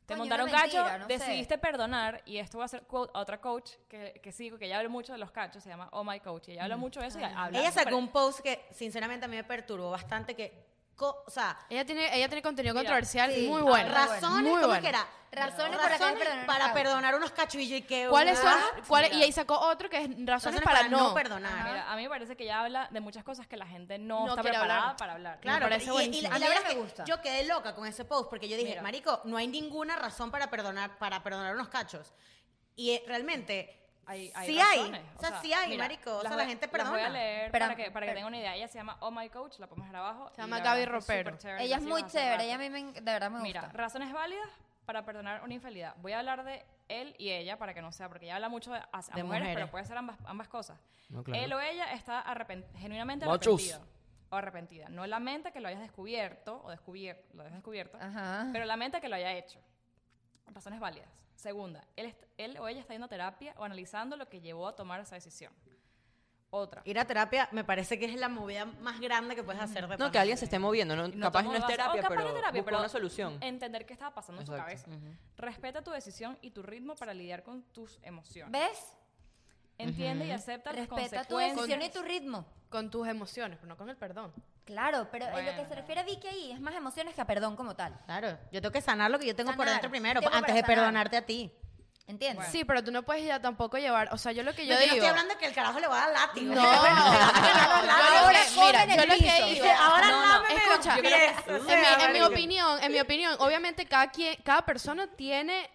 Speaker 3: Te
Speaker 5: Coño,
Speaker 3: montaron
Speaker 5: una mentira,
Speaker 3: cacho,
Speaker 5: no sé.
Speaker 3: decidiste perdonar, y esto va a ser quote a otra coach que, que sigo, que ella habla mucho de los cachos, se llama Oh My Coach, y ella habla mucho de eso y habla.
Speaker 1: Ella sacó
Speaker 3: pero-
Speaker 1: un post que sinceramente a mí me perturbó bastante que, co- o sea,
Speaker 2: Ella tiene, ella tiene contenido
Speaker 3: Mira,
Speaker 2: controversial
Speaker 5: sí,
Speaker 2: muy
Speaker 5: ah,
Speaker 2: bueno.
Speaker 5: ra-
Speaker 1: razones,
Speaker 2: Muy
Speaker 1: ¿cómo
Speaker 2: bueno.
Speaker 1: que era?
Speaker 5: Razones para
Speaker 1: para,
Speaker 5: que perdonar
Speaker 1: para
Speaker 5: unos cachos.
Speaker 1: perdonar unos cachillos y que...
Speaker 2: ¿Cuáles son?
Speaker 1: Ah,
Speaker 2: cuáles-
Speaker 3: mira.
Speaker 2: y ahí sacó otro que es razones,
Speaker 1: razones
Speaker 2: para, no.
Speaker 1: perdonar.
Speaker 3: Ah, Mira, a mí me parece que ella habla de muchas cosas que la gente no,
Speaker 2: No
Speaker 3: está
Speaker 2: quiere hablar.
Speaker 3: preparada para hablar.
Speaker 1: Claro,
Speaker 2: parece
Speaker 1: y- y,
Speaker 2: buenísimo.
Speaker 1: la- y
Speaker 5: A
Speaker 1: la
Speaker 5: mí
Speaker 1: verdad
Speaker 5: me
Speaker 1: es que
Speaker 5: gusta.
Speaker 1: yo quedé loca con ese post porque yo dije,
Speaker 3: Mira.
Speaker 1: marico, no hay ninguna razón para perdonar, para perdonar unos cachos. Y eh, realmente,
Speaker 3: Hay, hay
Speaker 1: sí
Speaker 3: razones.
Speaker 1: hay. O sea, sí hay,
Speaker 3: mira,
Speaker 1: marico. O sea,
Speaker 3: las
Speaker 1: la
Speaker 3: voy-
Speaker 1: gente
Speaker 3: Las voy a
Speaker 1: perdona.
Speaker 3: leer
Speaker 5: Pero-
Speaker 3: para que, para que
Speaker 5: pero-
Speaker 3: tengan una idea. Ella se llama Oh My Coach, la podemos abajo.
Speaker 2: Se
Speaker 3: y
Speaker 2: llama
Speaker 3: la
Speaker 2: Gaby
Speaker 3: verdad es que es
Speaker 2: Ropero.
Speaker 3: súper chévere,
Speaker 5: Ella es
Speaker 3: la
Speaker 5: muy
Speaker 3: sigo hace
Speaker 5: chévere,
Speaker 3: rato.
Speaker 5: ella a mí me en- de verdad me
Speaker 3: Mira,
Speaker 5: gusta.
Speaker 3: razones válidas para perdonar una infidelidad. Voy a hablar de él y ella para que no sea, porque ella habla mucho de, a- a mujeres,
Speaker 1: mujeres.
Speaker 3: pero puede ser ambas, ambas cosas.
Speaker 4: No, claro.
Speaker 3: Él o ella está arrepen- genuinamente
Speaker 4: Machos.
Speaker 3: arrepentido o arrepentida. No lamenta que lo hayas descubierto o descubierto, lo hayas descubierto,
Speaker 5: Ajá.
Speaker 3: pero lamenta que lo haya hecho. Razones válidas. Segunda, él, est- él o ella está yendo a terapia o analizando lo que llevó a tomar esa decisión. Otra.
Speaker 1: Ir a terapia me parece que es la movida más grande que puedes hacer de
Speaker 4: No, que
Speaker 1: pana.
Speaker 4: alguien se esté moviendo. ¿no?
Speaker 3: Y
Speaker 4: capaz
Speaker 3: tomó
Speaker 4: no es
Speaker 3: vaso- o
Speaker 4: terapia,
Speaker 3: capaz
Speaker 4: pero
Speaker 3: no es terapia,
Speaker 4: busca
Speaker 3: pero
Speaker 4: una solución.
Speaker 3: Entender qué estaba pasando
Speaker 4: Exacto.
Speaker 3: en su cabeza. Respeta tu decisión y tu ritmo para lidiar con tus emociones.
Speaker 5: ¿Ves?
Speaker 3: Entiende y acepta las
Speaker 5: Respeta tu
Speaker 3: consecuencias.
Speaker 5: decisión y tu ritmo.
Speaker 2: Con tus emociones, pero no con el perdón.
Speaker 5: Claro, pero en lo que
Speaker 3: Bueno.
Speaker 5: se refiere a Vicky ahí es más emociones que a perdón como tal.
Speaker 1: Claro, yo tengo que sanar lo que yo tengo por
Speaker 5: Sanar.
Speaker 1: dentro primero,
Speaker 5: Tiempo
Speaker 1: antes
Speaker 5: para
Speaker 1: de
Speaker 5: sanar.
Speaker 1: perdonarte a ti.
Speaker 5: ¿Entiendes?
Speaker 2: Sí, pero tú no puedes ya tampoco llevar. O sea, yo lo que yo
Speaker 1: No,
Speaker 2: digo.
Speaker 1: no Pues estoy hablando de que el carajo le va a dar látigo.
Speaker 2: No,
Speaker 1: Pero bueno, le va a pegar los látigos.
Speaker 2: ahora
Speaker 5: ahora come
Speaker 2: mira,
Speaker 5: en el
Speaker 2: yo lo
Speaker 5: piso.
Speaker 2: que digo,
Speaker 1: Dice, ahora
Speaker 3: No, no,
Speaker 1: lámeme los
Speaker 2: escucha,
Speaker 1: pies. O
Speaker 2: en, mi,
Speaker 1: sea,
Speaker 2: en mi
Speaker 1: marico.
Speaker 2: opinión, en mi opinión, obviamente cada quien, cada persona tiene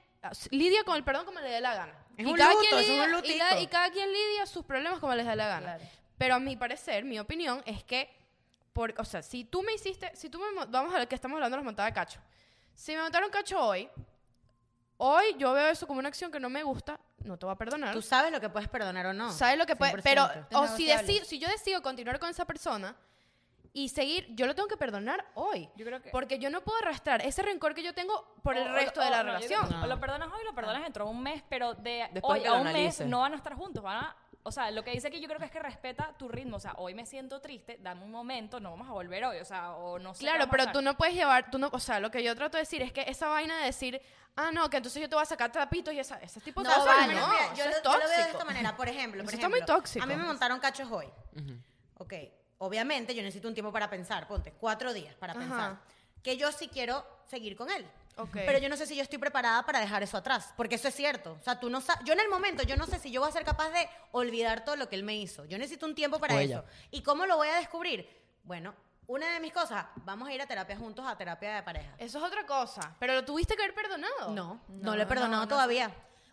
Speaker 2: lidia con el perdón como le dé la gana.
Speaker 1: Es
Speaker 2: y
Speaker 1: un
Speaker 2: cada
Speaker 1: luto,
Speaker 2: quien
Speaker 1: es
Speaker 2: lidia,
Speaker 1: un
Speaker 2: y, cada,
Speaker 1: lutico.
Speaker 2: y cada quien lidia sus problemas como les da la gana.
Speaker 5: Claro.
Speaker 2: Pero a mi parecer, mi opinión es que, por, o sea, si tú me hiciste, si tú me, mo- vamos a ver que estamos hablando de los montadas de cacho. Si me montaron cacho hoy, hoy yo veo eso como una acción que no me gusta, no te voy a perdonar.
Speaker 1: Tú sabes lo que puedes perdonar o no.
Speaker 2: ¿Sabes lo que puede?
Speaker 1: 100%.
Speaker 2: Pero, o si,
Speaker 5: negociable.
Speaker 2: decido- si yo decido continuar con esa persona y seguir, yo lo tengo que perdonar hoy.
Speaker 3: Yo creo que-
Speaker 2: Porque yo no puedo arrastrar ese rencor que yo tengo por
Speaker 3: O-
Speaker 2: el
Speaker 3: o-
Speaker 2: resto de
Speaker 3: o
Speaker 2: la
Speaker 3: no, yo digo,
Speaker 2: relación.
Speaker 3: o lo perdonas hoy, lo perdonas dentro de un mes, pero de
Speaker 4: Después
Speaker 3: hoy
Speaker 4: que
Speaker 3: a
Speaker 4: lo
Speaker 3: un mes
Speaker 4: analices.
Speaker 3: no van a estar juntos. Van a, o sea, lo que dice aquí yo creo que es que respeta tu ritmo. O sea, hoy me siento triste, dame un momento, no vamos a volver hoy. O sea, o no sé. qué va
Speaker 2: Claro,
Speaker 3: a
Speaker 2: pero
Speaker 3: pasar.
Speaker 2: tú no puedes llevar, tú no, o sea, lo que yo trato de decir es que esa vaina de decir, ah, no, que entonces yo te voy a sacar trapitos y esa, ese tipo de
Speaker 1: No,
Speaker 2: cosas,
Speaker 1: vale,
Speaker 2: no,
Speaker 1: Pues mira,
Speaker 2: eso
Speaker 1: yo, lo,
Speaker 2: es
Speaker 1: yo lo veo de
Speaker 2: tóxico.
Speaker 1: esta manera. Por ejemplo, por
Speaker 2: Eso está muy
Speaker 1: ejemplo,
Speaker 2: tóxico.
Speaker 1: A mí me montaron cachos hoy. Ok, obviamente yo necesito un tiempo para pensar. Ponte, cuatro días para
Speaker 2: Ajá.
Speaker 1: pensar. Que yo sí quiero seguir con él.
Speaker 2: Ok.
Speaker 1: Pero yo no sé si yo estoy preparada para dejar eso atrás, porque eso es cierto. O sea, tú no sa- yo en el momento, yo no sé si yo voy a ser capaz de olvidar todo lo que él me hizo. Yo necesito un tiempo para
Speaker 4: O
Speaker 1: eso.
Speaker 4: ella.
Speaker 1: ¿Y cómo lo voy a descubrir? Bueno, una de mis cosas, vamos a ir a terapia juntos, a terapia de pareja.
Speaker 2: Eso es otra cosa. Pero lo tuviste que haber perdonado.
Speaker 1: No, no,
Speaker 5: No,
Speaker 1: lo he
Speaker 5: no,
Speaker 1: perdonado
Speaker 5: no.
Speaker 1: todavía.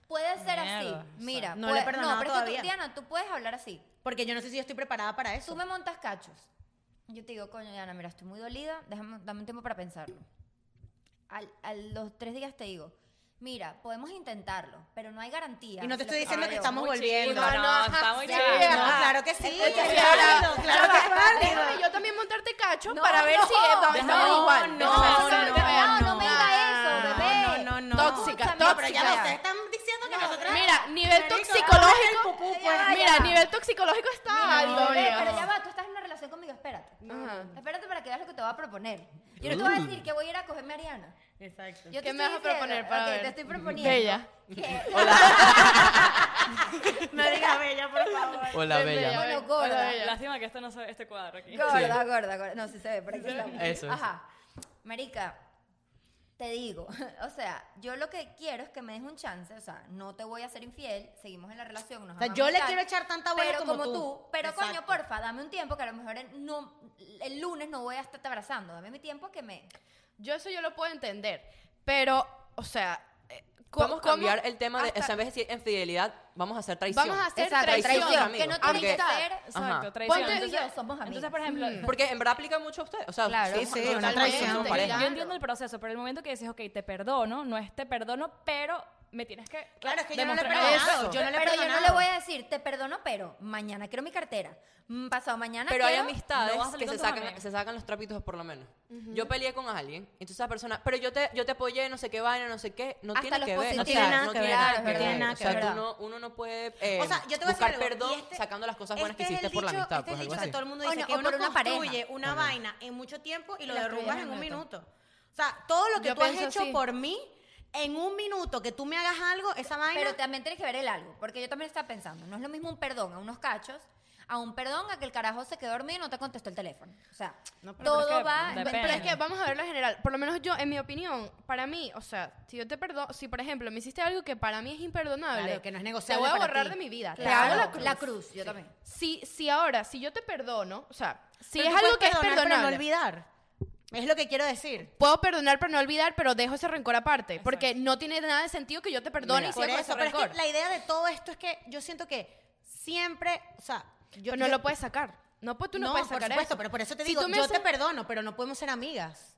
Speaker 5: Puede ser
Speaker 3: Mierda,
Speaker 5: así.
Speaker 3: o sea,
Speaker 5: Mira,
Speaker 1: no
Speaker 5: puede-
Speaker 1: le he perdonado
Speaker 5: no, pero es que tú-
Speaker 1: todavía.
Speaker 5: Diana, tú puedes hablar así.
Speaker 1: Porque yo no sé si yo estoy preparada para
Speaker 5: Tú
Speaker 1: eso.
Speaker 5: me montas cachos. Yo te digo, coño, Diana, mira, estoy muy dolida. Déjame, dame un tiempo para pensarlo. Al- a los tres días te digo, mira, podemos intentarlo, pero no hay garantía.
Speaker 1: Y no te
Speaker 5: Lo
Speaker 1: estoy diciendo
Speaker 5: te
Speaker 1: que
Speaker 5: digo,
Speaker 1: estamos
Speaker 3: muy
Speaker 1: volviendo.
Speaker 3: chido,
Speaker 1: No,
Speaker 3: no, está muy
Speaker 1: Sí,
Speaker 3: chido.
Speaker 1: no,
Speaker 2: Ajá.
Speaker 1: claro que sí.
Speaker 2: Escucha,
Speaker 1: Claro, claro que es
Speaker 2: Déjame
Speaker 1: válido.
Speaker 2: yo también montarte cacho
Speaker 5: No,
Speaker 2: para ver
Speaker 5: no,
Speaker 2: si estamos
Speaker 5: no,
Speaker 2: igual.
Speaker 1: no,
Speaker 2: Exacto.
Speaker 1: no,
Speaker 5: no, no me diga eso,
Speaker 1: No,
Speaker 5: bebé.
Speaker 1: no, no.
Speaker 2: Tóxica,
Speaker 1: Pero ya
Speaker 5: Escúchame,
Speaker 2: tóxica.
Speaker 5: Chica.
Speaker 1: ustedes están diciendo que nosotros...
Speaker 2: Mira, nivel
Speaker 1: Marico,
Speaker 2: toxicológico.
Speaker 1: el pupú, pues.
Speaker 2: Mira, nivel toxicológico está
Speaker 5: Ay,
Speaker 2: alto.
Speaker 5: bebé, pero
Speaker 2: viejo.
Speaker 5: ya va, tú estás en una relación conmigo, espérate.
Speaker 2: Ajá.
Speaker 5: Espérate para que veas lo que te voy a proponer. Yo no te voy a decir que voy a ir a cogerme a Ariana.
Speaker 1: Exacto.
Speaker 5: Yo te
Speaker 2: ¿Qué me vas
Speaker 5: estoy
Speaker 2: a proponer
Speaker 5: diciendo-
Speaker 2: para
Speaker 5: ok,
Speaker 2: ver?
Speaker 5: Te estoy proponiendo.
Speaker 2: Bella.
Speaker 5: que-
Speaker 1: No digas bella, por favor.
Speaker 4: Hola,
Speaker 2: Ven,
Speaker 4: bella.
Speaker 2: bella.
Speaker 5: Bueno,
Speaker 2: ven.
Speaker 5: gorda.
Speaker 2: Hola, bella.
Speaker 3: Lástima que esto no se ve este cuadro aquí.
Speaker 5: Gorda, gorda, gorda. No, sí se ve, por aquí estamos.
Speaker 4: Eso, eso.
Speaker 5: Ajá. Marica, te digo, o sea, yo lo que quiero es que me des un chance, o sea, no te voy a ser infiel, seguimos en la relación, nos
Speaker 1: O sea,
Speaker 5: amamos
Speaker 1: yo
Speaker 5: y
Speaker 1: le
Speaker 5: tal,
Speaker 1: quiero echar tanta bola
Speaker 5: pero
Speaker 1: como tú.
Speaker 5: Pero coño,
Speaker 1: Exacto.
Speaker 5: porfa, dame un tiempo que a lo mejor en- no, el lunes no voy a estarte abrazando, dame mi tiempo que me...
Speaker 2: Yo eso yo lo puedo entender, pero, o sea, eh, co-
Speaker 4: Vamos a
Speaker 2: ¿cómo
Speaker 4: cambiar el tema de,
Speaker 2: hasta-
Speaker 4: o sea, en vez de decir infidelidad, vamos a hacer traición.
Speaker 2: Vamos a hacer
Speaker 5: Exacto,
Speaker 2: traición.
Speaker 5: traición, que no tiene que
Speaker 4: porque,
Speaker 5: ser...
Speaker 3: Exacto,
Speaker 4: Ajá.
Speaker 3: traición.
Speaker 2: Ponte-
Speaker 3: entonces,
Speaker 5: Tú y yo somos
Speaker 3: entonces, por
Speaker 5: amigas.
Speaker 3: ejemplo,
Speaker 4: Porque en verdad aplica mucho a ustedes. O sea,
Speaker 5: Claro.
Speaker 4: ustedes
Speaker 5: Sí,
Speaker 4: son
Speaker 1: sí, una
Speaker 4: totalmente
Speaker 1: traición,
Speaker 4: son pareja.
Speaker 2: claro.
Speaker 3: yo entiendo el proceso, pero el momento que dices, ok, te perdono, no es te perdono, pero me tienes que.
Speaker 1: Claro, es que yo no le he
Speaker 3: demostrar
Speaker 1: perdonado.
Speaker 2: eso.
Speaker 1: Yo no le he
Speaker 5: pero yo
Speaker 1: perdonado.
Speaker 5: no le voy a decir, te perdono, pero mañana quiero mi cartera. mm, Pasado mañana
Speaker 4: Pero hay
Speaker 5: quiero-
Speaker 4: amistades
Speaker 3: no vas a salir
Speaker 4: que se
Speaker 3: con tus
Speaker 4: sacan,
Speaker 3: amigas.
Speaker 4: se sacan los trapitos por lo menos. Yo peleé con alguien, entonces esa persona, pero yo te, yo te apoyé, no sé qué vaina, no sé qué, no
Speaker 5: Hasta
Speaker 4: tiene
Speaker 5: los
Speaker 4: que ver.
Speaker 5: positivos.
Speaker 4: o sea,
Speaker 1: No tiene nada que ver,
Speaker 4: nada
Speaker 5: claro, es verdad,
Speaker 4: O sea, tú
Speaker 5: es verdad.
Speaker 4: no, uno no puede eh,
Speaker 1: O sea, yo te voy a decir
Speaker 4: buscar
Speaker 1: algo,
Speaker 4: perdón
Speaker 1: y este-
Speaker 4: sacando las cosas buenas
Speaker 1: este
Speaker 4: que
Speaker 1: es el
Speaker 4: hiciste por la
Speaker 1: dicho-
Speaker 4: amistad.
Speaker 1: Este es el
Speaker 4: pues, algo
Speaker 1: dicho que
Speaker 4: así.
Speaker 1: todo el mundo
Speaker 5: O
Speaker 1: dice
Speaker 5: no,
Speaker 1: que
Speaker 5: o
Speaker 1: uno
Speaker 5: por una pareja.
Speaker 1: construye una vaina en mucho tiempo y lo
Speaker 5: Y la
Speaker 1: derrumbas en
Speaker 5: destruyes en
Speaker 1: un
Speaker 5: otro.
Speaker 1: minuto. O sea, todo lo que
Speaker 2: Yo
Speaker 1: tú has
Speaker 2: pienso
Speaker 1: hecho
Speaker 2: así.
Speaker 1: por mí, en un minuto que tú me hagas algo, esa vaina...
Speaker 5: Pero también tienes que ver el algo, porque yo también estaba pensando, no es lo mismo un perdón a unos cachos, a un perdón a que el carajo se quedó dormido y no te contestó el teléfono. O sea,
Speaker 3: pero
Speaker 5: todo
Speaker 3: es que
Speaker 5: va...
Speaker 3: depende.
Speaker 2: Pero es que vamos a verlo en general. Por lo menos yo, en mi opinión, para mí, o sea, si yo te perdono, si por ejemplo me hiciste algo que para mí es imperdonable,
Speaker 1: Claro, que no es
Speaker 2: te
Speaker 1: negociable
Speaker 2: voy a
Speaker 1: para
Speaker 2: borrar
Speaker 1: ti.
Speaker 2: de mi vida.
Speaker 5: Claro,
Speaker 2: Te hago
Speaker 5: la
Speaker 2: la
Speaker 5: cruz.
Speaker 2: cruz.
Speaker 5: yo también.
Speaker 2: Si, si ahora, si yo te perdono, o sea, si
Speaker 1: Pero
Speaker 2: es
Speaker 1: tú puedes
Speaker 2: algo que es
Speaker 1: perdonar, pero no
Speaker 2: perdonable,
Speaker 1: olvidar. Es lo que quiero decir.
Speaker 2: puedo perdonar pero no olvidar, pero dejo ese rencor aparte, porque no tiene nada de sentido que yo te perdone
Speaker 4: Mira,
Speaker 2: y
Speaker 1: Por
Speaker 2: siga con
Speaker 1: eso,
Speaker 2: ese
Speaker 1: pero es que
Speaker 2: rencor.
Speaker 1: la idea de todo esto es que yo siento que siempre, o sea, yo
Speaker 2: Pero no
Speaker 1: yo-
Speaker 2: lo puedes sacar. No, pues tú no, puedes
Speaker 1: por
Speaker 2: sacar
Speaker 1: supuesto,
Speaker 2: eso.
Speaker 1: pero por eso te
Speaker 2: Si
Speaker 1: digo,
Speaker 2: tú
Speaker 1: yo
Speaker 2: me
Speaker 1: te
Speaker 2: haces-
Speaker 1: perdono, pero no podemos ser amigas.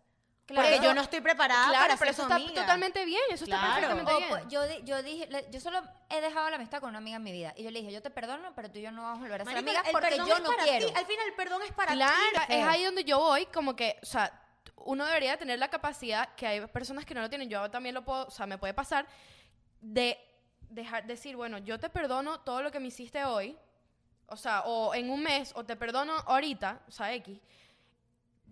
Speaker 5: Claro.
Speaker 1: Porque yo no estoy preparada
Speaker 2: Claro,
Speaker 1: para
Speaker 2: pero
Speaker 1: ser
Speaker 2: eso
Speaker 1: tu
Speaker 2: está
Speaker 1: amiga.
Speaker 2: totalmente bien, eso
Speaker 1: Claro.
Speaker 2: está perfectamente
Speaker 5: O,
Speaker 2: bien.
Speaker 5: pues, yo, di- yo dije, le- yo solo he dejado la amistad con una amiga en mi vida y yo le dije, yo te perdono, pero tú y yo no vamos a volver a ser
Speaker 1: Marica,
Speaker 5: amigas
Speaker 1: el
Speaker 5: porque
Speaker 1: perdón
Speaker 5: yo
Speaker 1: es
Speaker 5: no
Speaker 1: para
Speaker 5: quiero.
Speaker 1: ti. Al final el perdón es para ti. eh.
Speaker 2: Claro, es
Speaker 1: feo.
Speaker 2: ahí donde yo voy, como que, o sea, uno debería tener la capacidad, que hay personas que no lo tienen, yo también lo puedo, o sea, me puede pasar, de dejar, decir, bueno, yo te perdono todo lo que me hiciste hoy, o sea, o en un mes, o te perdono ahorita, o sea, X.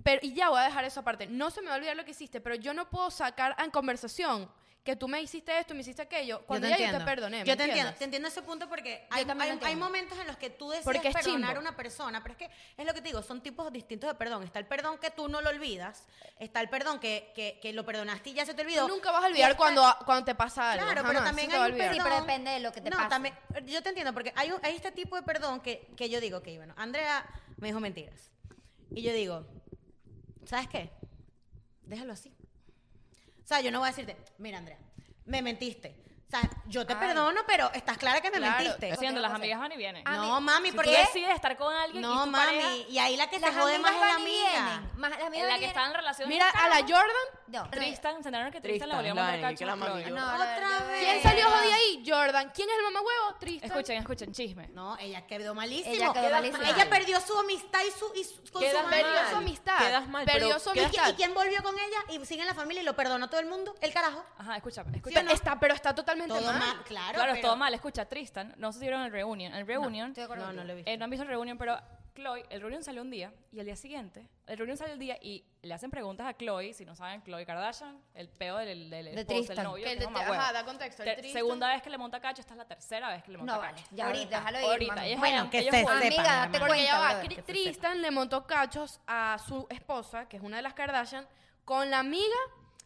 Speaker 2: Pero, y ya voy a dejar eso aparte. No se me va a olvidar lo que hiciste, pero yo no puedo sacar en conversación que tú me hiciste esto, me hiciste aquello, cuando ya yo te perdoné. ¿me
Speaker 1: Yo te
Speaker 2: entiendes?
Speaker 1: entiendo, te entiendo ese punto porque hay,
Speaker 5: también lo
Speaker 1: hay-
Speaker 5: entiendo.
Speaker 1: hay momentos en los que tú decides
Speaker 2: Porque es
Speaker 1: perdonar
Speaker 2: chimbo.
Speaker 1: a una persona, pero es que es lo que te digo, son tipos distintos de perdón. Está el perdón que tú no lo olvidas, está el perdón que, que, que lo perdonaste y ya se te olvidó.
Speaker 2: Tú nunca vas a
Speaker 1: y
Speaker 2: olvidar
Speaker 1: está-
Speaker 2: cuando, cuando te pasa algo.
Speaker 1: Claro,
Speaker 2: jamás,
Speaker 1: pero
Speaker 2: eso
Speaker 1: también
Speaker 2: te va a
Speaker 1: hay un
Speaker 2: olvidar.
Speaker 1: perdón.
Speaker 5: Sí, pero depende de lo que te
Speaker 1: no,
Speaker 5: pase.
Speaker 1: También, yo te entiendo, porque hay, un- hay este tipo de perdón que, que yo digo, ok, bueno, Andrea me dijo mentiras. Y yo digo, ¿sabes qué? Déjalo así. O sea, yo no voy a decirte, mira, Andrea, me mentiste. O sea, yo te
Speaker 5: Ay.
Speaker 1: perdono, pero estás clara que me
Speaker 2: Claro,
Speaker 1: mentiste.
Speaker 3: Lo siento, las
Speaker 5: cosa.
Speaker 3: amigas van y vienen.
Speaker 5: Ah,
Speaker 1: No, mami,
Speaker 3: Eh, Si tú
Speaker 1: porque...
Speaker 3: decides estar con alguien y
Speaker 1: No,
Speaker 3: tu
Speaker 1: mami,
Speaker 3: pareja-
Speaker 1: y ahí la que
Speaker 5: Las
Speaker 1: se jode más es
Speaker 5: amigas
Speaker 1: la
Speaker 5: van y
Speaker 1: amiga.
Speaker 5: vienen, más- las amigas
Speaker 3: en la
Speaker 5: van y
Speaker 3: que
Speaker 5: vienen.
Speaker 3: estaba en relación.
Speaker 2: Mira, a la Jordan
Speaker 5: No, no,
Speaker 3: Tristan, se enteraron que Tristan la
Speaker 4: Tristan,
Speaker 3: volvió a montar
Speaker 4: Lani, que
Speaker 3: cacho
Speaker 4: la
Speaker 3: a Chloe.
Speaker 4: mami
Speaker 5: no, no,
Speaker 1: Otra
Speaker 5: no,
Speaker 1: vez.
Speaker 2: ¿Quién salió jodido ahí? Jordan. ¿Quién es el mamagüevo? Tristan.
Speaker 3: Escuchen, escuchen, chisme.
Speaker 1: No, ella quedó malísimo.
Speaker 5: Ella quedó malísima.
Speaker 1: Ella perdió su amistad y su, y su- con su
Speaker 4: Quedas
Speaker 1: mamá.
Speaker 2: Perdió
Speaker 4: mal.
Speaker 2: su amistad.
Speaker 4: Quedas mal,
Speaker 2: Perdió
Speaker 4: pero
Speaker 2: su
Speaker 1: ¿Y,
Speaker 4: quedas-
Speaker 2: amistad.
Speaker 1: qui- y quién volvió con ella y sigue en la familia y lo perdonó todo el mundo? El carajo.
Speaker 3: Ajá, escúchame,
Speaker 2: Pero
Speaker 3: escucha.
Speaker 2: está, pero está totalmente
Speaker 1: Todo
Speaker 2: mal.
Speaker 1: mal, claro.
Speaker 3: Claro, es
Speaker 1: pero-
Speaker 3: todo mal. Escucha, Tristan, no sé si vieron el reunion. El reunion,
Speaker 5: estoy de acuerdo
Speaker 1: No, no
Speaker 5: contigo.
Speaker 1: lo he visto.
Speaker 3: eh, no han visto el reunion, pero Chloe, el reunion sale un día y el día siguiente, el reunion sale el día y le hacen preguntas a Chloe, si no saben, Chloe Kardashian, el peo del, del, del
Speaker 5: De
Speaker 3: esposo,
Speaker 5: Tristan.
Speaker 3: del novio.
Speaker 2: Que
Speaker 3: que
Speaker 2: el de-
Speaker 3: es mamá
Speaker 2: ajá,
Speaker 3: huevo.
Speaker 2: da contexto, el
Speaker 3: Ter-
Speaker 2: Tristan-
Speaker 3: segunda vez que le monta cacho, esta es la tercera vez que le monta
Speaker 5: No, vale,
Speaker 3: cacho.
Speaker 5: ya, déjalo ir,
Speaker 3: Ahorita,
Speaker 5: mami.
Speaker 3: ellos
Speaker 1: Bueno,
Speaker 3: eran-
Speaker 1: que
Speaker 3: ellos
Speaker 1: se
Speaker 3: jugaban.
Speaker 1: sepa,
Speaker 5: Amiga,
Speaker 1: nada
Speaker 5: date
Speaker 1: más.
Speaker 2: Porque ya
Speaker 5: cuenta,
Speaker 2: va,
Speaker 5: brother, que
Speaker 2: Cri- Tristan le montó cachos a su esposa, que es una de las Kardashian, con la amiga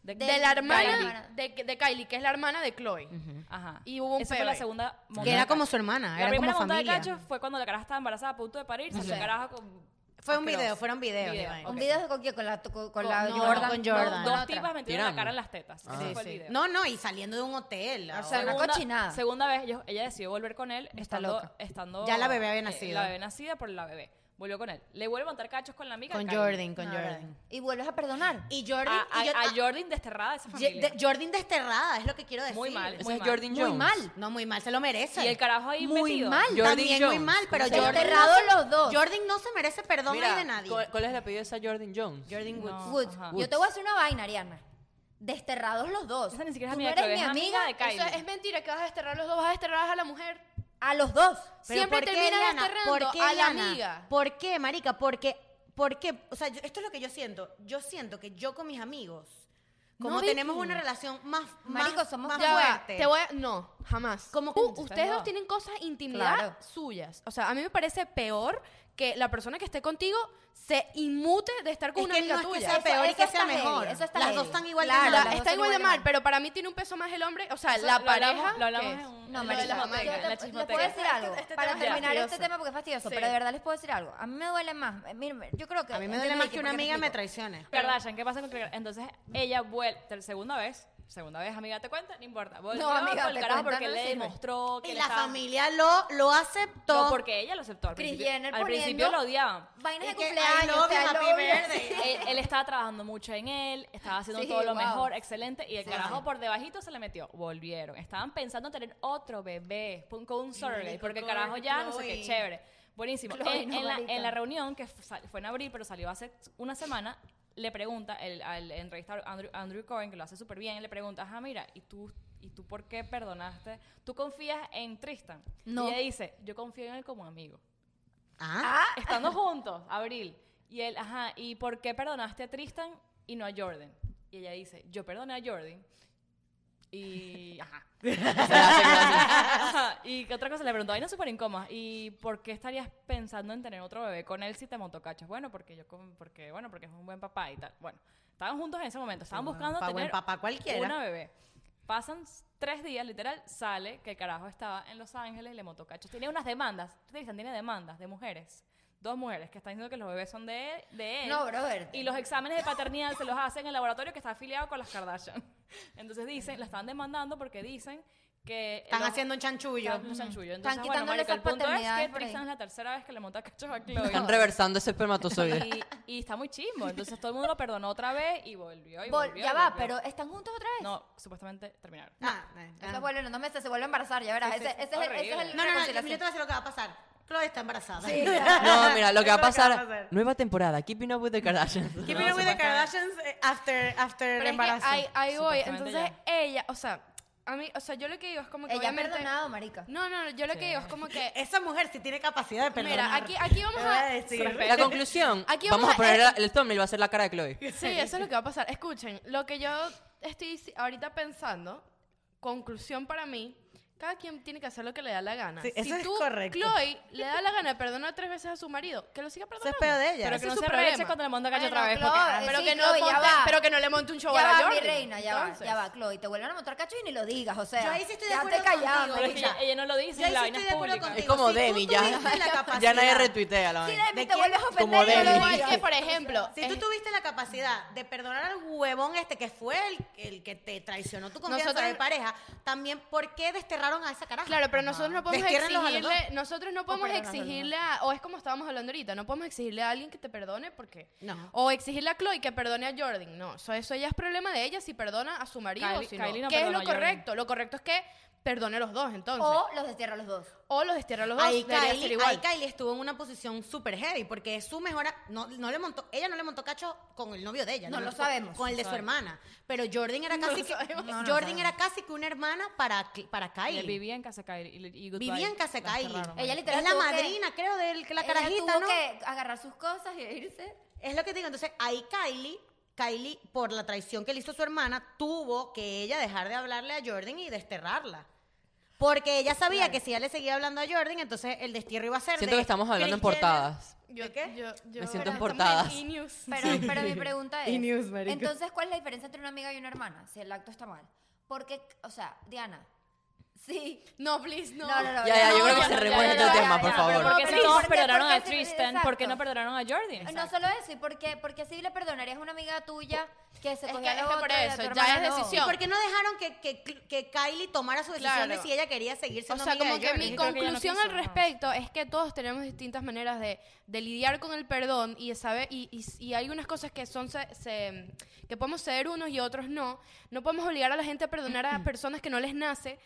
Speaker 2: de,
Speaker 3: De-
Speaker 2: la
Speaker 5: de
Speaker 2: hermana
Speaker 5: Kylie.
Speaker 2: De, de Kylie, que es la hermana de Chloe.
Speaker 3: Ajá.
Speaker 2: Y hubo un
Speaker 3: Esa
Speaker 2: peo
Speaker 3: fue la
Speaker 2: ahí.
Speaker 3: segunda montada
Speaker 1: Que era
Speaker 3: de
Speaker 1: como
Speaker 3: cacho.
Speaker 1: su hermana,
Speaker 3: la
Speaker 1: era
Speaker 3: primera
Speaker 1: como
Speaker 3: montada
Speaker 1: familia.
Speaker 3: de cacho fue cuando la caraja estaba embarazada a punto de parir, salió
Speaker 5: Sí.
Speaker 3: el carajo con
Speaker 1: Fue un
Speaker 3: asqueroso.
Speaker 1: video, fueron videos.
Speaker 3: Video,
Speaker 1: Iván.
Speaker 3: ok.
Speaker 5: Un video con quién? Con la, con, con la
Speaker 1: no,
Speaker 5: Jordan.
Speaker 1: con Jordan.
Speaker 3: Dos
Speaker 5: otra.
Speaker 3: tipas metieron
Speaker 4: Tirando.
Speaker 3: la cara en las tetas.
Speaker 4: Ah.
Speaker 3: Ese
Speaker 1: Sí,
Speaker 3: fue
Speaker 1: sí.
Speaker 3: el video. Ah,
Speaker 1: No, no, y saliendo de un hotel.
Speaker 5: O
Speaker 1: O
Speaker 5: sea,
Speaker 1: sea,
Speaker 5: una cochinada.
Speaker 3: Segunda vez, ellos- ella decidió volver con él
Speaker 5: Está
Speaker 3: estando,
Speaker 5: loca.
Speaker 3: estando.
Speaker 1: Ya la bebé había
Speaker 3: eh,
Speaker 1: nacido.
Speaker 3: la bebé nacida por la bebé. Volvió con él. Le vuelve a montar cachos con la amiga.
Speaker 1: con
Speaker 3: Karen.
Speaker 1: Jordan, con
Speaker 5: No,
Speaker 1: Jordan.
Speaker 5: Y vuelves a perdonar.
Speaker 1: Y Jordan,
Speaker 3: A, a,
Speaker 1: y yo-
Speaker 3: a
Speaker 1: ah,
Speaker 3: Jordan desterrada de esa
Speaker 1: Ye-
Speaker 3: familia.
Speaker 1: de- Jordan desterrada, es lo que quiero decir.
Speaker 3: Muy mal.
Speaker 4: Ese
Speaker 3: muy
Speaker 4: es Jordan Jones.
Speaker 5: Muy mal.
Speaker 1: No, muy mal, se lo merece.
Speaker 3: Y el carajo ahí
Speaker 5: Muy
Speaker 3: metido.
Speaker 5: mal.
Speaker 4: Jordan
Speaker 1: También
Speaker 4: Jones.
Speaker 1: muy mal, pero
Speaker 4: O sea,
Speaker 1: Jordan.
Speaker 5: desterrado
Speaker 1: no se-
Speaker 5: los dos.
Speaker 1: Jordan no se merece perdón ahí
Speaker 4: Mira,
Speaker 1: de nadie.
Speaker 4: ¿cuál, cuál es el apellido de esa Jordan Jones?
Speaker 1: Jordan Woods.
Speaker 3: No.
Speaker 5: Woods.
Speaker 3: Ajá.
Speaker 5: Yo te voy a hacer una vaina, Ariana. Desterrados los dos.
Speaker 3: Esa ni siquiera es
Speaker 5: Tú
Speaker 3: amiga de
Speaker 5: no
Speaker 3: Chloe,
Speaker 5: eres mi
Speaker 3: es amiga
Speaker 5: amiga.
Speaker 3: de
Speaker 2: Eso es,
Speaker 3: Kylie.
Speaker 2: es mentira que vas a desterrar los dos, vas a desterrar a la mujer.
Speaker 5: A los dos.
Speaker 1: Pero
Speaker 2: Siempre
Speaker 1: ¿por qué,
Speaker 2: terminas
Speaker 1: Lana?
Speaker 2: desterrando
Speaker 1: ¿Por qué,
Speaker 2: a la
Speaker 1: Lana?
Speaker 2: amiga.
Speaker 1: ¿Por qué, marica? Porque, porque, o sea, yo- esto es lo que yo siento. Yo siento que yo con mis amigos, como
Speaker 2: No, Vicky.
Speaker 1: tenemos una relación más, más-
Speaker 5: Marico, somos
Speaker 1: más
Speaker 5: ya
Speaker 2: va,
Speaker 1: fuerte.
Speaker 2: Te voy a- no, jamás.
Speaker 1: Como que
Speaker 2: Tú-
Speaker 1: ustedes
Speaker 2: ustedes
Speaker 3: no.
Speaker 2: dos tienen cosas intimidad
Speaker 5: Claro.
Speaker 2: suyas. O sea, a mí me parece peor que la persona que esté contigo se inmute de estar con
Speaker 1: Es
Speaker 2: una
Speaker 1: que
Speaker 2: amiga
Speaker 1: no es que
Speaker 2: tuya.
Speaker 1: sea
Speaker 5: Eso-
Speaker 1: peor y
Speaker 5: eso
Speaker 1: que
Speaker 5: está
Speaker 1: sea
Speaker 5: heavy,
Speaker 1: mejor.
Speaker 5: eso está
Speaker 1: Las
Speaker 5: heavy.
Speaker 1: dos están igual de
Speaker 5: Claro,
Speaker 1: malas.
Speaker 2: La-
Speaker 5: las dos
Speaker 2: está
Speaker 5: son
Speaker 2: igual de
Speaker 5: igual de
Speaker 2: mal,
Speaker 5: mal.
Speaker 2: pero para mí tiene un peso más el hombre. O sea,
Speaker 3: Eso
Speaker 2: la
Speaker 3: lo
Speaker 2: pareja.
Speaker 3: hablamos- lo hablamos
Speaker 2: que es-
Speaker 3: en un-
Speaker 5: No,
Speaker 3: en
Speaker 5: marica,
Speaker 3: la
Speaker 5: yo
Speaker 3: discoteca, en la
Speaker 5: te- les puedo
Speaker 3: chismoteca.
Speaker 5: decir algo.
Speaker 2: este tema
Speaker 5: para
Speaker 2: es
Speaker 5: terminar este
Speaker 2: fastidioso.
Speaker 5: tema porque es fastidioso,
Speaker 2: Sí.
Speaker 5: pero de verdad les puedo decir algo. A mí me duele más. eh, mira, yo creo que
Speaker 1: a mí me
Speaker 5: entiendo
Speaker 1: duele más que
Speaker 5: Vicky,
Speaker 1: una
Speaker 5: porque
Speaker 1: amiga me
Speaker 5: explico.
Speaker 1: traicione.
Speaker 3: Kardashian, ¿qué pasa con Kardashian? Entonces ella vuelve, ter- segunda vez, segunda vez, amiga, ¿te cuenta? No importa. Volvió
Speaker 5: No, amiga,
Speaker 3: con el
Speaker 5: te
Speaker 3: carajo
Speaker 5: cuenta,
Speaker 3: porque
Speaker 5: no
Speaker 3: le
Speaker 5: sirve.
Speaker 3: demostró que
Speaker 1: Y
Speaker 3: le
Speaker 1: la
Speaker 3: estaba-
Speaker 1: familia lo, lo aceptó.
Speaker 3: No, porque ella lo aceptó. Al
Speaker 5: Chris
Speaker 3: principio,
Speaker 5: Jenner
Speaker 3: al principio
Speaker 5: poniendo-
Speaker 3: lo odiaban.
Speaker 5: Vainas de
Speaker 1: Y que, I
Speaker 5: cumpleaños,
Speaker 1: love
Speaker 5: o sea,
Speaker 1: you,
Speaker 5: I
Speaker 1: happy
Speaker 5: love you.
Speaker 1: birthday.
Speaker 3: él, él estaba trabajando mucho en él, estaba haciendo
Speaker 5: Sí,
Speaker 3: todo lo
Speaker 5: wow.
Speaker 3: mejor, excelente, y el
Speaker 5: Sí,
Speaker 3: carajo
Speaker 5: sí.
Speaker 3: por debajito se le metió. Volvieron. Estaban pensando en tener otro bebé pon- con un surrogate,
Speaker 1: marico,
Speaker 3: porque el
Speaker 1: Chloe,
Speaker 3: carajo ya, no sé
Speaker 1: Chloe.
Speaker 3: qué, chévere. Buenísimo.
Speaker 5: Chloe,
Speaker 3: en,
Speaker 5: no,
Speaker 3: en la,
Speaker 5: marica.
Speaker 3: en la reunión, que f- sal- fue en abril, pero salió hace una semana, le pregunta el, al entrevistador Andrew, Andrew Cohen, que lo hace súper bien, le pregunta, ah, mira, ¿y tú, ¿y tú por qué perdonaste? ¿Tú confías en Tristan? Y
Speaker 5: No.
Speaker 3: ella dice, yo confío en él como amigo
Speaker 1: Ah,
Speaker 3: estando juntos, Abril. Y él, ajá, ¿y por qué perdonaste a Tristan y no a Jordan? Y ella dice, yo perdoné a Jordan. Y, ajá. Ajá, y que otra cosa le preguntó, ay, no súper incómoda. ¿Y por qué estarías pensando en tener otro bebé con él si te montó cachos? Bueno, porque yo, con- porque, bueno, porque es un buen papá y tal. Bueno, estaban juntos en ese momento, estaban
Speaker 1: Sí,
Speaker 3: buscando
Speaker 1: pa'
Speaker 3: tener
Speaker 1: buen papá cualquiera.
Speaker 3: una bebé. Pasan s- tres días, literal, sale que el carajo estaba en Los Ángeles, le montó cachos. Tiene unas demandas, Tristan tiene demandas de mujeres. Dos mujeres que están diciendo que los bebés son de él. De él
Speaker 5: No, brother.
Speaker 3: y los exámenes de paternidad se los hacen en el laboratorio que está afiliado con las Kardashian. Entonces dicen, la están demandando porque dicen que...
Speaker 1: están
Speaker 3: los-
Speaker 1: haciendo un chanchullo.
Speaker 3: Están, chanchullo.
Speaker 5: Están
Speaker 3: Entonces, bueno,
Speaker 5: quitándole
Speaker 3: marica, el
Speaker 5: esas
Speaker 3: punto es
Speaker 5: paternidades
Speaker 3: que
Speaker 5: por ahí.
Speaker 3: Tristan es la tercera vez que le monta cachos a
Speaker 4: Están
Speaker 3: Chloe.
Speaker 4: reversando ese espermatozoide.
Speaker 3: Y, y está muy chimbo. Entonces todo el mundo lo perdonó otra vez y volvió y
Speaker 5: Vol-
Speaker 3: volvió.
Speaker 5: ya
Speaker 3: y
Speaker 5: va,
Speaker 3: volvió.
Speaker 5: pero ¿están juntos otra vez?
Speaker 3: No, supuestamente terminaron.
Speaker 1: Ah, eh,
Speaker 5: Eso
Speaker 1: ah.
Speaker 5: vuelve en dos meses, se vuelve a embarazar, ya verás.
Speaker 3: Sí, sí,
Speaker 5: ese,
Speaker 3: sí,
Speaker 5: ese es el, ese es el
Speaker 3: horrible.
Speaker 1: No, no, no, yo te voy
Speaker 5: reconciliación.
Speaker 1: a decir lo que va a pasar. Chloe está embarazada.
Speaker 5: Sí,
Speaker 4: No, mira,
Speaker 1: Eso es
Speaker 4: lo que va a
Speaker 1: lo que va a
Speaker 4: pasar.
Speaker 1: pasar.
Speaker 4: Nueva temporada, Keeping Up with the Kardashians.
Speaker 1: Keep it
Speaker 3: No,
Speaker 1: up with the
Speaker 3: supuestamente.
Speaker 1: Kardashians eh, after, after el
Speaker 2: Pero es que
Speaker 1: embarazo.
Speaker 2: ahí, ahí voy.
Speaker 3: Supuestamente
Speaker 2: Entonces ella, o sea, a mí, o sea, yo lo que digo es como que
Speaker 5: Ella ha
Speaker 2: obviamente-
Speaker 5: perdonado, marica.
Speaker 2: No, no, no, yo lo que digo es como que
Speaker 1: Esa mujer sí tiene capacidad de perdonar.
Speaker 2: Mira, aquí- aquí vamos
Speaker 1: Te voy
Speaker 2: a-
Speaker 1: decir.
Speaker 4: La conclusión.
Speaker 2: Aquí
Speaker 4: vamos
Speaker 2: vamos
Speaker 4: a poner
Speaker 2: a-
Speaker 4: el, el thumbnail, va a ser la cara de Chloe.
Speaker 2: Sí, eso es lo que va a pasar. Escuchen, lo que yo estoy si- ahorita pensando, conclusión para mí, cada quien tiene que hacer lo que le da la gana.
Speaker 1: Sí, eso
Speaker 2: si
Speaker 1: es
Speaker 2: tú,
Speaker 1: correcto.
Speaker 2: Chloe, le da la gana de perdonar tres veces a su marido, que lo siga
Speaker 1: Eso es
Speaker 2: perdonando.
Speaker 1: peo de ella.
Speaker 3: Pero
Speaker 2: Ese
Speaker 3: que no
Speaker 2: es su
Speaker 3: se reche
Speaker 2: problema.
Speaker 3: cuando le monta cachos otra
Speaker 5: Bueno,
Speaker 3: vez.
Speaker 5: Chloe,
Speaker 3: porque, ah,
Speaker 5: eh,
Speaker 2: Pero,
Speaker 5: sí,
Speaker 2: que no
Speaker 5: Chloe, ya
Speaker 2: ponte-
Speaker 5: va.
Speaker 2: pero que no le monte un show
Speaker 5: Ya
Speaker 2: a la
Speaker 5: va,
Speaker 2: Jordan.
Speaker 5: mi reina, ya
Speaker 2: Entonces,
Speaker 5: va, ya va, Chloe. Te vuelven a mostrar cacho y ni lo digas, o sea.
Speaker 1: Yo ahí sí estoy de
Speaker 5: ya
Speaker 1: acuerdo
Speaker 5: te callaba,
Speaker 1: contigo,
Speaker 3: Pero es que
Speaker 5: marica.
Speaker 3: ella, ella no lo dice,
Speaker 1: Yo ahí
Speaker 3: la
Speaker 1: sí
Speaker 3: vaina
Speaker 1: estoy
Speaker 3: es
Speaker 1: de acuerdo
Speaker 3: pública.
Speaker 4: Es
Speaker 1: contigo.
Speaker 4: como
Speaker 1: Si tú
Speaker 4: Demi, ya.
Speaker 1: tuviste la
Speaker 4: Ya
Speaker 1: capacidad-
Speaker 4: nadie retuitea la
Speaker 5: Sí,
Speaker 4: vaina.
Speaker 1: ¿De
Speaker 5: Demi, te
Speaker 1: quién?
Speaker 5: vuelves a ofender.
Speaker 4: Como
Speaker 5: y no lo
Speaker 4: Demi.
Speaker 2: Igual
Speaker 5: digas.
Speaker 2: que, por ejemplo,
Speaker 1: Si tú
Speaker 2: es-
Speaker 1: tuviste la capacidad de perdonar al huevón este que fue el, el que te traicionó tu confianza
Speaker 2: Nosotros-
Speaker 1: de pareja, también, ¿por qué desterraron a esa caraja?
Speaker 2: Claro, pero nosotros no podemos
Speaker 1: Destiérrenlos a los dos.
Speaker 2: exigirle, nosotros no podemos
Speaker 1: perdónalos a los
Speaker 2: exigirle, a- o es como estábamos hablando ahorita, no podemos exigirle a alguien que te perdone porque,
Speaker 1: No.
Speaker 2: o exigirle a Chloe que perdone a Jordan, no, eso, eso ya es problema de ella si perdona a su marido,
Speaker 3: Kylie-
Speaker 2: si no.
Speaker 3: Kylie no
Speaker 2: ¿qué es
Speaker 3: perdonó
Speaker 2: lo
Speaker 3: a Jordan.
Speaker 2: correcto? Lo correcto es que perdone a los dos entonces, o,
Speaker 5: O los destierra los dos.
Speaker 2: los destierra a los dos,
Speaker 1: Ahí
Speaker 2: debería ser
Speaker 1: Kylie,
Speaker 2: igual.
Speaker 1: ahí Kylie estuvo en una posición súper heavy porque es su mejor. a- No, no le montó, ella no le montó cacho con el novio de ella.
Speaker 5: No
Speaker 1: le
Speaker 5: lo
Speaker 1: montó
Speaker 5: sabemos.
Speaker 1: Con el de su hermana. Pero Jordan era casi, que,
Speaker 5: No, no
Speaker 1: Jordan
Speaker 5: sabemos.
Speaker 1: era casi que una hermana para, para
Speaker 3: Y
Speaker 1: Kylie.
Speaker 3: él Vivía en casa de Kylie. y- y Goodbye
Speaker 1: Vivía en casa de
Speaker 3: la
Speaker 1: Kylie.
Speaker 3: cerraron.
Speaker 5: Ella
Speaker 1: es
Speaker 5: literal
Speaker 1: la
Speaker 5: tuvo que-
Speaker 1: madrina, creo, del que la
Speaker 5: ella
Speaker 1: carajita,
Speaker 5: tuvo
Speaker 1: ¿no?
Speaker 5: que agarrar sus cosas y irse.
Speaker 1: Es lo que te digo. Entonces, ahí Kylie, Kylie, por la traición que le hizo su hermana, tuvo que ella dejar de hablarle a Jordan y desterrarla. Porque ella sabía que si ella le seguía hablando a Jordan, entonces el destierro iba a ser.
Speaker 4: Siento
Speaker 1: de
Speaker 4: que estamos hablando en
Speaker 1: Kris Jenner.
Speaker 4: portadas.
Speaker 1: ¿De qué?
Speaker 2: yo- yo-
Speaker 4: Me siento
Speaker 2: estamos en
Speaker 4: importada.
Speaker 2: E-News.
Speaker 5: Pero, pero mi pregunta es,
Speaker 1: Y news, marica.
Speaker 5: entonces, ¿cuál es la diferencia entre una amiga y una hermana? Si el acto está mal. Porque, o sea, Diana, Sí.
Speaker 2: No, please, no.
Speaker 5: No, no, no.
Speaker 4: Ya, ya, yo creo que
Speaker 5: ya,
Speaker 4: se
Speaker 5: ya,
Speaker 4: remonta
Speaker 5: ya,
Speaker 4: el
Speaker 5: ya,
Speaker 4: tema,
Speaker 5: ya,
Speaker 4: por
Speaker 5: ya,
Speaker 4: favor.
Speaker 5: pero
Speaker 3: Porque
Speaker 5: porque-
Speaker 3: si todos
Speaker 5: porque-
Speaker 3: perdonaron a
Speaker 5: porque-
Speaker 3: Tristan, ¿por qué no
Speaker 5: exacto.
Speaker 3: perdonaron a Jordan?
Speaker 5: No solo eso, ¿y por qué, por qué si le perdonarías a una amiga tuya que se
Speaker 2: Es
Speaker 5: cogió
Speaker 2: que-
Speaker 5: a
Speaker 2: es
Speaker 5: la
Speaker 2: que
Speaker 5: otra
Speaker 2: por
Speaker 5: y a tu
Speaker 2: eso, ya
Speaker 5: hermana
Speaker 2: es
Speaker 5: no?
Speaker 2: decisión.
Speaker 1: ¿Por qué no dejaron que, que, que Kylie tomara su decisión
Speaker 2: Claro.
Speaker 1: de si ella quería seguir
Speaker 2: O
Speaker 1: siendo
Speaker 2: sea,
Speaker 1: amiga
Speaker 2: como
Speaker 1: de
Speaker 2: que
Speaker 1: Jordan?
Speaker 2: mi
Speaker 3: Yo creo que ella no
Speaker 2: conclusión
Speaker 3: quiso,
Speaker 2: al
Speaker 3: ajá.
Speaker 2: respecto es que todos tenemos distintas maneras de, de lidiar con el perdón y de saber y, y- y hay unas cosas que son se- se- que podemos ceder unos y otros no. No podemos obligar a la gente a perdonar a personas que no les nace.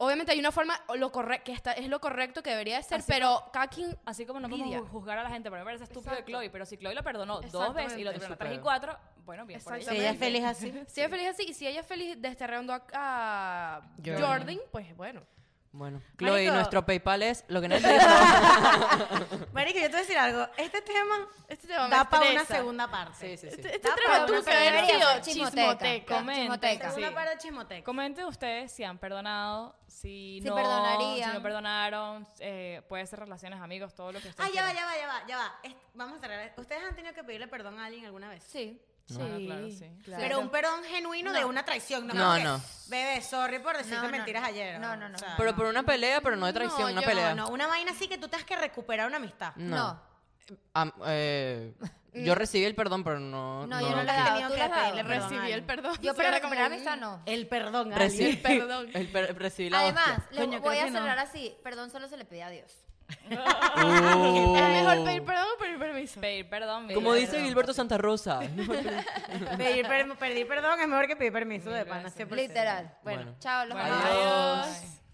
Speaker 2: Obviamente hay una forma o lo corre- que está, es lo correcto que debería de ser, pero cada quien
Speaker 3: Así como no
Speaker 2: lidia.
Speaker 3: podemos juzgar a la gente, pero me parece estúpido
Speaker 2: Exacto.
Speaker 3: de Chloe, pero si Chloe lo perdonó dos
Speaker 2: Exactamente.
Speaker 3: veces y lo perdonó
Speaker 4: Eso
Speaker 3: tres y
Speaker 4: creo.
Speaker 3: cuatro, bueno, bien por ella.
Speaker 1: Si ella es
Speaker 2: Exactamente.
Speaker 1: feliz así.
Speaker 2: Si ella es feliz así y si ella es feliz desterrando a, a Jordan.
Speaker 4: Jordan.
Speaker 2: pues bueno.
Speaker 4: Bueno, Chloe,
Speaker 1: Marico.
Speaker 4: nuestro PayPal es lo que nadie te dijo.
Speaker 1: Marico, yo te voy a decir algo. Este tema
Speaker 2: Este tema me
Speaker 1: da para una
Speaker 2: estresa.
Speaker 1: segunda parte.
Speaker 4: Sí, sí, sí.
Speaker 2: Este
Speaker 1: Da
Speaker 2: tema
Speaker 1: para
Speaker 2: tuvo
Speaker 1: una
Speaker 2: que haber
Speaker 1: segunda
Speaker 2: sido
Speaker 5: parte.
Speaker 2: chismoteca.
Speaker 5: Chismoteca.
Speaker 1: Segunda
Speaker 5: Chismoteca.
Speaker 3: Sí.
Speaker 1: para Chismoteca.
Speaker 3: Comenten ustedes si han perdonado, si,
Speaker 5: Si
Speaker 3: no,
Speaker 5: perdonarían.
Speaker 3: si no perdonaron, eh, puede ser relaciones, amigos, todo lo que ustedes
Speaker 1: Ah, ya va,
Speaker 3: quieran.
Speaker 1: ya va, ya va, ya va. Est- Vamos a cerrar. ¿Ustedes han tenido que pedirle perdón a alguien alguna vez?
Speaker 5: Sí.
Speaker 3: Ah, claro, sí.
Speaker 1: Pero un perdón genuino de una traición, no,
Speaker 4: No,
Speaker 1: como que,
Speaker 4: no.
Speaker 1: Bebé, sorry por decirte
Speaker 5: No, no,
Speaker 1: mentiras
Speaker 5: no.
Speaker 1: ayer.
Speaker 5: No, no, no.
Speaker 4: Pero por una pelea, pero no de traición,
Speaker 2: No,
Speaker 4: una
Speaker 2: yo-
Speaker 4: pelea.
Speaker 1: no, no, una vaina así que tú tengas que recuperar una amistad.
Speaker 4: No.
Speaker 5: No.
Speaker 4: Am- eh, yo recibí el perdón, pero no.
Speaker 5: No, yo no
Speaker 4: lo
Speaker 5: le he
Speaker 1: has
Speaker 5: dado.
Speaker 1: tenido
Speaker 5: ¿Tú
Speaker 1: que
Speaker 5: le has dado?
Speaker 1: pedirle perdón.
Speaker 2: Recibí
Speaker 1: Ay.
Speaker 2: el perdón.
Speaker 5: Yo
Speaker 2: pero
Speaker 5: para recuperar amistad no.
Speaker 1: El perdón, a
Speaker 4: Recibí
Speaker 1: alguien.
Speaker 4: el
Speaker 2: perdón.
Speaker 4: perdón. recibí la
Speaker 5: Además,
Speaker 4: hostia.
Speaker 5: le
Speaker 3: Coño,
Speaker 5: voy
Speaker 3: creo
Speaker 5: a
Speaker 3: que no.
Speaker 5: cerrar así. Perdón solo se le pide a Dios.
Speaker 4: Uh.
Speaker 2: Es mejor pedir perdón o pedir permiso.
Speaker 3: Pedir perdón. pedir
Speaker 4: Como dice
Speaker 3: perdón.
Speaker 4: Gilberto Santa Rosa.
Speaker 1: Pedir, per- pedir perdón es mejor que pedir permiso de pana. 100%.
Speaker 5: Literal.
Speaker 4: Bueno.
Speaker 5: Chao, los
Speaker 3: Bueno,
Speaker 5: amamos.
Speaker 4: Adiós.
Speaker 3: adiós.